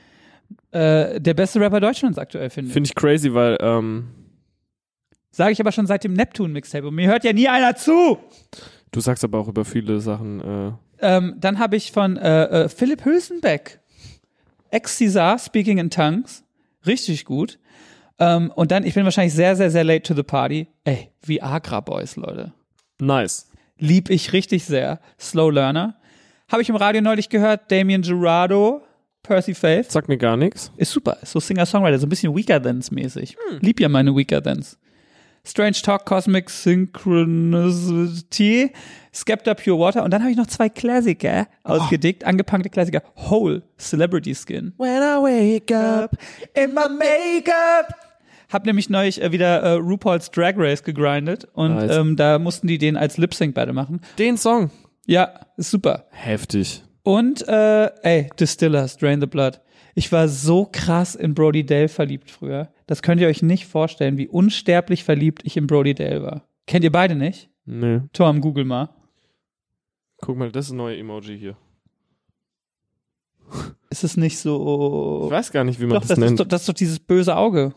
[SPEAKER 1] Äh, der beste Rapper Deutschlands aktuell, finde ich.
[SPEAKER 2] Finde ich crazy, weil ähm,
[SPEAKER 1] Sage ich aber schon seit dem Neptun-Mixtape. Und mir hört ja nie einer zu.
[SPEAKER 2] du sagst aber auch über viele Sachen. Äh,
[SPEAKER 1] Ähm, dann habe ich von äh, äh, Philipp Hülsenbeck, Ex-Caesar, Speaking in Tongues. Richtig gut. Ähm, und dann, ich bin wahrscheinlich sehr, sehr, sehr late to the party. Ey, Viagra Boys, Leute.
[SPEAKER 2] nice.
[SPEAKER 1] lieb ich richtig sehr. Slow Learner. Habe ich im Radio neulich gehört, Damien Gerardo, Percy Faith.
[SPEAKER 2] Sagt mir gar nichts.
[SPEAKER 1] Ist super, ist so Singer-Songwriter, so ein bisschen Weaker Thans-mäßig. Lieb ja meine Weaker Thans. Strange Talk, Cosmic Synchronicity, Skepta Pure Water und dann habe ich noch zwei Klassiker ausgedickt, angepankte Klassiker. Whole, Celebrity Skin.
[SPEAKER 5] When I wake up.
[SPEAKER 1] In my Make-up. Hab nämlich neulich äh, wieder äh, RuPaul's Drag Race gegrindet und
[SPEAKER 2] Nice.
[SPEAKER 1] ähm, da mussten die den als Lip-Sync-Battle machen.
[SPEAKER 2] Den Song.
[SPEAKER 1] Ja, ist super.
[SPEAKER 2] Heftig.
[SPEAKER 1] Und, äh, ey, Distillers, Drain the Blood. Ich war so krass in Brody Dale verliebt früher. Das könnt ihr euch nicht vorstellen, wie unsterblich verliebt ich in Brody Dale war. Kennt ihr beide nicht?
[SPEAKER 2] Nö.
[SPEAKER 1] Tom, google mal.
[SPEAKER 2] Guck mal, das ist ein neues Emoji hier.
[SPEAKER 1] Ist es nicht so.
[SPEAKER 2] Ich weiß gar nicht, wie man
[SPEAKER 1] Doch,
[SPEAKER 2] Oh. das,
[SPEAKER 1] das ist
[SPEAKER 2] nennt.
[SPEAKER 1] doch, das ist doch dieses böse Auge.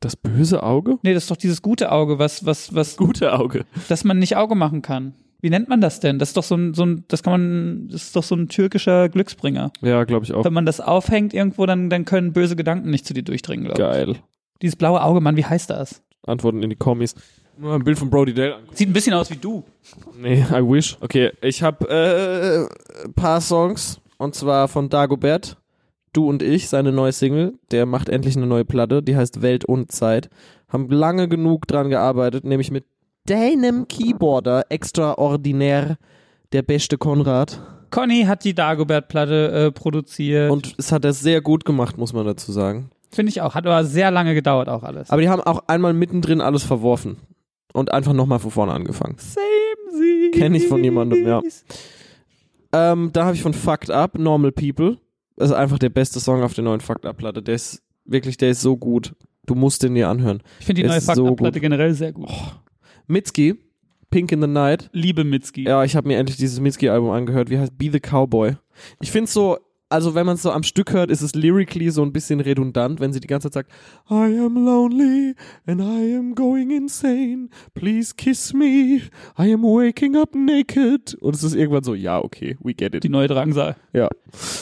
[SPEAKER 2] das böse Auge?
[SPEAKER 1] Nee, das ist doch dieses gute Auge, was, was, was,
[SPEAKER 2] Gute Auge.
[SPEAKER 1] dass man nicht Auge machen kann. Wie nennt man das denn? Das ist doch so ein, so ein, das kann man, das ist doch so ein türkischer Glücksbringer.
[SPEAKER 2] Ja, glaube ich auch.
[SPEAKER 1] Wenn man das aufhängt irgendwo, dann, dann können böse Gedanken nicht zu dir durchdringen, glaube ich.
[SPEAKER 2] Geil.
[SPEAKER 1] Dieses blaue Auge, Mann, wie heißt das?
[SPEAKER 2] Antworten in die Kommis. Nur ein Bild von Brody Dale angucken.
[SPEAKER 1] Sieht ein bisschen aus wie du.
[SPEAKER 2] Nee, I wish.
[SPEAKER 5] Okay, ich habe äh, ein paar Songs und zwar von Dagobert, Du und ich, seine neue Single. Der macht endlich eine neue Platte, die heißt Welt und Zeit. Haben lange genug dran gearbeitet, nämlich mit deinem Keyboarder extraordinär, der beste Konrad.
[SPEAKER 1] Conny hat die Dagobert-Platte äh, produziert.
[SPEAKER 5] Und es hat er sehr gut gemacht, muss man dazu sagen.
[SPEAKER 1] Finde ich auch. Hat aber sehr lange gedauert auch alles.
[SPEAKER 5] Aber die haben auch einmal mittendrin alles verworfen und einfach nochmal von vorne angefangen.
[SPEAKER 1] Same
[SPEAKER 5] Kenn ich von jemandem, ja. Ähm, da habe ich von Fucked Up, Normal People. ist einfach der beste Song auf der neuen Fucked Up Platte. Der ist wirklich, der ist so gut. Du musst den dir anhören.
[SPEAKER 1] Ich finde die
[SPEAKER 5] Ist
[SPEAKER 1] neue
[SPEAKER 5] so
[SPEAKER 1] Faktenplatte
[SPEAKER 5] gut. Oh.
[SPEAKER 1] generell sehr gut.
[SPEAKER 5] Mitski, Pink in the Night.
[SPEAKER 1] Liebe Mitski.
[SPEAKER 5] Ja, ich habe mir endlich dieses Mitski-Album angehört. Wie heißt Be the Cowboy? Ich finde so, also wenn man es so am Stück hört, ist es lyrically so ein bisschen redundant, wenn sie die ganze Zeit sagt, I am lonely and I am going insane. Please kiss me. I am waking up naked. Und es ist irgendwann so, ja, okay, we get it.
[SPEAKER 1] Die neue Drangsal.
[SPEAKER 5] Ja.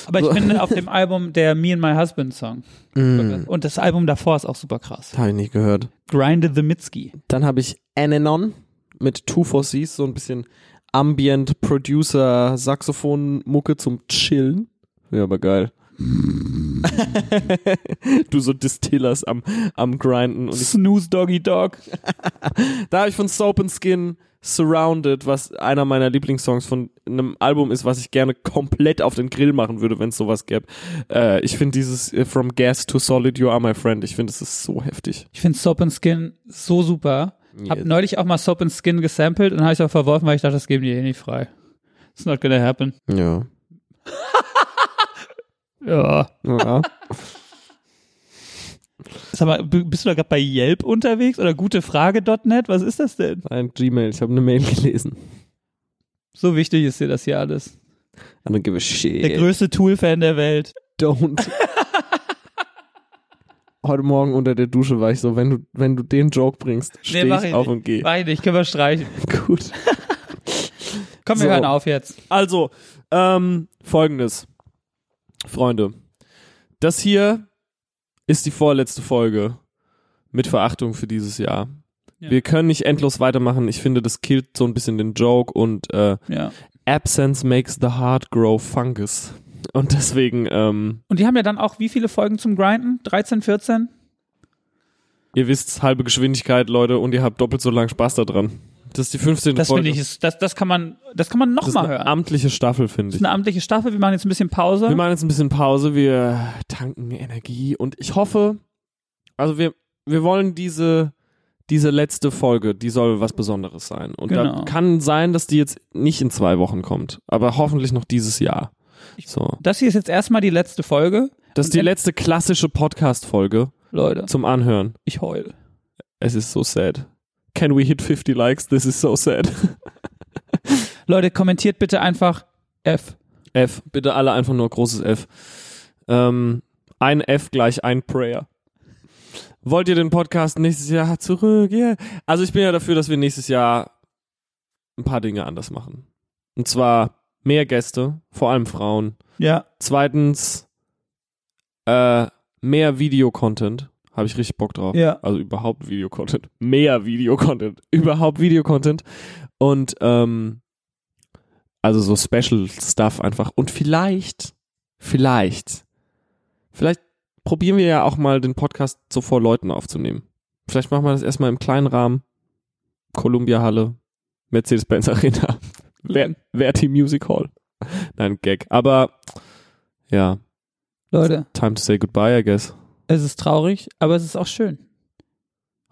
[SPEAKER 1] Aber ich
[SPEAKER 5] So.
[SPEAKER 1] finde auf dem Album der Me and My Husband Song.
[SPEAKER 5] Mm.
[SPEAKER 1] Und das Album davor ist auch super krass.
[SPEAKER 5] Habe ich nicht gehört.
[SPEAKER 1] Grinded the Mitski.
[SPEAKER 5] Dann habe ich Ananon mit 24Cs, so ein bisschen Ambient Producer Saxophon-Mucke zum Chillen. Ja, aber geil. du so Distillers am, am Grinden. Und ich,
[SPEAKER 1] Snooze Doggy Dog.
[SPEAKER 5] da habe ich von Soap and Skin Surrounded, was einer meiner Lieblingssongs von einem Album ist, was ich gerne komplett auf den Grill machen würde, wenn es sowas gäbe. Äh, ich finde dieses äh, From Gas to Solid, You Are My Friend, ich finde, es ist so heftig.
[SPEAKER 1] Ich finde Soap and Skin so super. Hab
[SPEAKER 5] Yes.
[SPEAKER 1] neulich auch mal Soap and Skin gesampelt und habe ich auch verworfen, weil ich dachte, das geben die eh nicht frei. It's not gonna happen.
[SPEAKER 5] Ja.
[SPEAKER 1] Ja.
[SPEAKER 5] ja.
[SPEAKER 1] Sag mal, b- bist du da gerade bei Yelp unterwegs oder gutefrage.net? Was ist das denn?
[SPEAKER 5] Ein Gmail, ich habe eine Mail gelesen.
[SPEAKER 1] So wichtig ist dir das hier alles.
[SPEAKER 5] I don't give a shit.
[SPEAKER 1] Der größte Tool-Fan der Welt.
[SPEAKER 5] don't. Heute Morgen unter der Dusche war ich so, wenn du, wenn du den Joke bringst, stehe
[SPEAKER 1] mach
[SPEAKER 5] ich
[SPEAKER 1] ich
[SPEAKER 5] auf
[SPEAKER 1] nicht.
[SPEAKER 5] und gehe.
[SPEAKER 1] Weine, ich kann mal streichen.
[SPEAKER 5] Gut.
[SPEAKER 1] Komm, wir
[SPEAKER 5] So.
[SPEAKER 1] hören auf jetzt.
[SPEAKER 2] Also, ähm, folgendes. Freunde. Das hier ist die vorletzte Folge mit Verachtung für dieses Jahr.
[SPEAKER 1] Ja.
[SPEAKER 2] Wir können nicht endlos weitermachen. Ich finde, das killt so ein bisschen den Joke und äh,
[SPEAKER 1] Ja.
[SPEAKER 2] Absence makes the heart grow fungus. Und deswegen, ähm,
[SPEAKER 1] Und die haben ja dann auch wie viele Folgen zum Grinden? 13, 14?
[SPEAKER 2] ihr wisst, halbe Geschwindigkeit, Leute, und ihr habt doppelt so lang Spaß daran. Das ist die 15.
[SPEAKER 1] Das
[SPEAKER 2] Folge.
[SPEAKER 1] finde ich, ist, das, das kann man, das kann man
[SPEAKER 2] das ist
[SPEAKER 1] nochmal
[SPEAKER 2] eine
[SPEAKER 1] hören.
[SPEAKER 2] amtliche Staffel,
[SPEAKER 1] das
[SPEAKER 2] finde
[SPEAKER 1] ist
[SPEAKER 2] ich.
[SPEAKER 1] eine amtliche Staffel. Wir machen jetzt ein bisschen Pause.
[SPEAKER 2] Wir machen jetzt ein bisschen Pause, wir tanken Energie und ich hoffe, also wir, wir wollen diese, diese letzte Folge, die soll was Besonderes sein. Und
[SPEAKER 1] Genau.
[SPEAKER 2] da kann sein, dass die jetzt nicht in zwei Wochen kommt, aber hoffentlich noch dieses Jahr. So.
[SPEAKER 1] das hier ist jetzt erstmal die letzte Folge.
[SPEAKER 2] Das
[SPEAKER 1] Und
[SPEAKER 2] ist die
[SPEAKER 1] en-
[SPEAKER 2] letzte klassische Podcast-Folge
[SPEAKER 1] Leute,
[SPEAKER 2] zum Anhören.
[SPEAKER 1] ich heul.
[SPEAKER 2] Es ist so sad. Can we hit 50 likes? This is so sad.
[SPEAKER 1] Leute, kommentiert bitte einfach F.
[SPEAKER 2] F. Bitte alle einfach nur großes F. Ähm, ein F gleich ein Prayer. Wollt ihr den Podcast nächstes Jahr zurück? Yeah. Also ich bin ja dafür, dass wir nächstes Jahr ein paar Dinge anders machen. Und zwar mehr Gäste, vor allem Frauen.
[SPEAKER 1] Ja.
[SPEAKER 2] Zweitens äh, mehr Videocontent. Habe ich richtig Bock drauf.
[SPEAKER 1] Ja.
[SPEAKER 2] Also überhaupt Videocontent. Mehr Videocontent. Überhaupt Videocontent. Und ähm, also so Special Stuff einfach. Und vielleicht, vielleicht, vielleicht probieren wir ja auch mal den Podcast so vor Leuten aufzunehmen. Vielleicht machen wir das erstmal im kleinen Rahmen. Columbia Halle, Mercedes-Benz Arena, Ver- Verti Music Hall. Nein, Gag. Aber ja,
[SPEAKER 1] Leute,
[SPEAKER 2] time to say goodbye, I guess.
[SPEAKER 1] es ist traurig, aber es ist auch schön.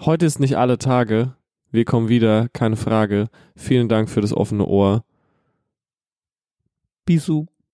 [SPEAKER 2] Heute ist nicht alle Tage. Wir kommen wieder, keine Frage. Vielen Dank für das offene Ohr.
[SPEAKER 1] Bisou.